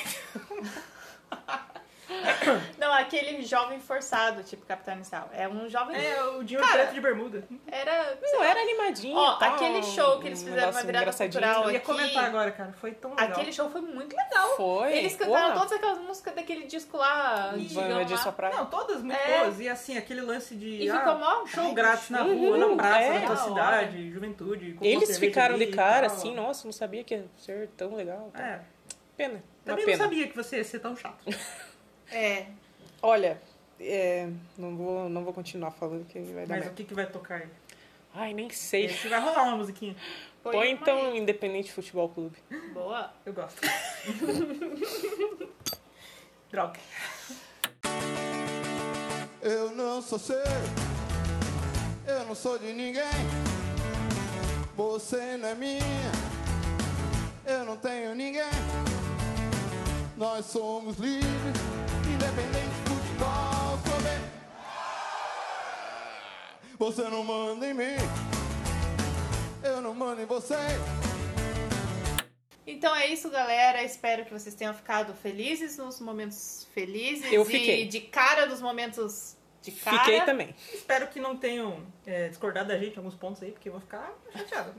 S2: Não, aquele jovem forçado, tipo Capitão Inicial. É um jovem.
S4: É, o Dinho
S2: Cara,
S4: Preto de Bermuda.
S2: Era. sei
S3: Não
S2: lá,
S3: era animadinho.
S2: Ó,
S3: tal,
S2: aquele show que eles
S3: um
S2: fizeram, uma
S3: negócio
S2: virada
S3: engraçadinho.
S2: cultural.
S4: Eu ia
S2: aqui-
S4: comentar agora, cara. Foi tão legal.
S2: Aquele show foi muito legal.
S3: Foi.
S2: Eles cantaram
S3: porra.
S2: todas aquelas músicas daquele disco lá. antigão
S3: Vamos de
S2: lá.
S3: sua praia.
S4: Não, todas muito
S2: É.
S4: boas. E assim, aquele lance de.
S2: E ficou mó-
S4: Show
S2: Ai,
S4: grátis na
S3: uhum,
S4: rua, na praça
S3: é.
S4: da tua
S2: Da hora.
S4: cidade, juventude. com
S3: Eles
S4: cerveja
S3: ficaram de
S4: ali e
S3: cara
S4: tal.
S3: assim, nossa, não sabia que ia ser tão legal. tal.
S4: É.
S3: Pena. Uma
S4: Também
S3: pena.
S4: não sabia que você ia ser tão chato.
S2: É.
S3: Olha, é, não, vou, não vou continuar falando que vai dar
S4: Mas o
S3: merda.
S4: que, que vai tocar aí?
S3: Ai, nem sei.
S4: Acho que vai rolar uma musiquinha.
S2: Foi
S3: Põe
S2: É. uma
S3: então Independente Futebol Clube.
S2: aí. Boa.
S4: Eu gosto. Droga.
S10: Eu não sou seu, eu não sou de ninguém. Você não é minha, eu não tenho ninguém. Nós somos livres, independentes do futebol clube. Você não manda em mim, eu não mando em você.
S2: Então é isso, galera. Espero que vocês tenham ficado felizes nos momentos felizes.
S3: Eu
S2: e
S3: fiquei.
S2: de cara nos momentos de cara.
S3: Fiquei também.
S4: Espero que não tenham é, discordado da gente em alguns pontos aí, porque eu vou ficar chateado.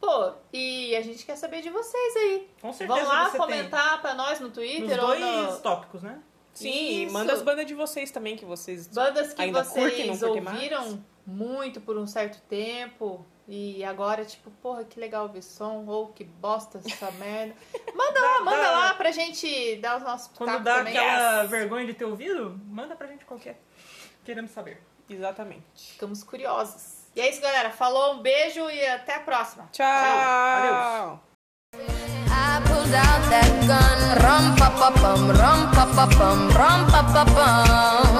S2: Pô, e a gente quer saber de vocês aí.
S4: Com certeza
S2: Vão lá
S4: você
S2: comentar pra nós no
S4: tem
S2: Twitter
S4: nos
S2: ou
S4: dois
S2: no...
S4: tópicos, né?
S3: Sim,
S2: Isso.
S3: manda as bandas de vocês também, que vocês.
S2: Bandas que
S3: Ainda
S2: vocês
S3: curtem, não curtem mais?
S2: ouviram muito por um certo tempo e agora, tipo, porra, que legal ouvir som, ou que bosta essa merda. Manda lá, manda
S4: dá-
S2: lá pra gente dar os nossos
S4: Quando
S2: pitacos
S4: dá
S2: Tá, também.
S4: aquela
S2: Yes!
S4: vergonha de ter ouvido, manda pra gente qualquer. Queremos saber.
S3: Exatamente.
S2: Ficamos curiosos. E é isso, galera. Falou, um beijo e até a próxima.
S3: Tchau!
S4: Adeus.
S11: I pulled out that gun, rum pa pa pum, rum pa pa pum, rum pa pa pum.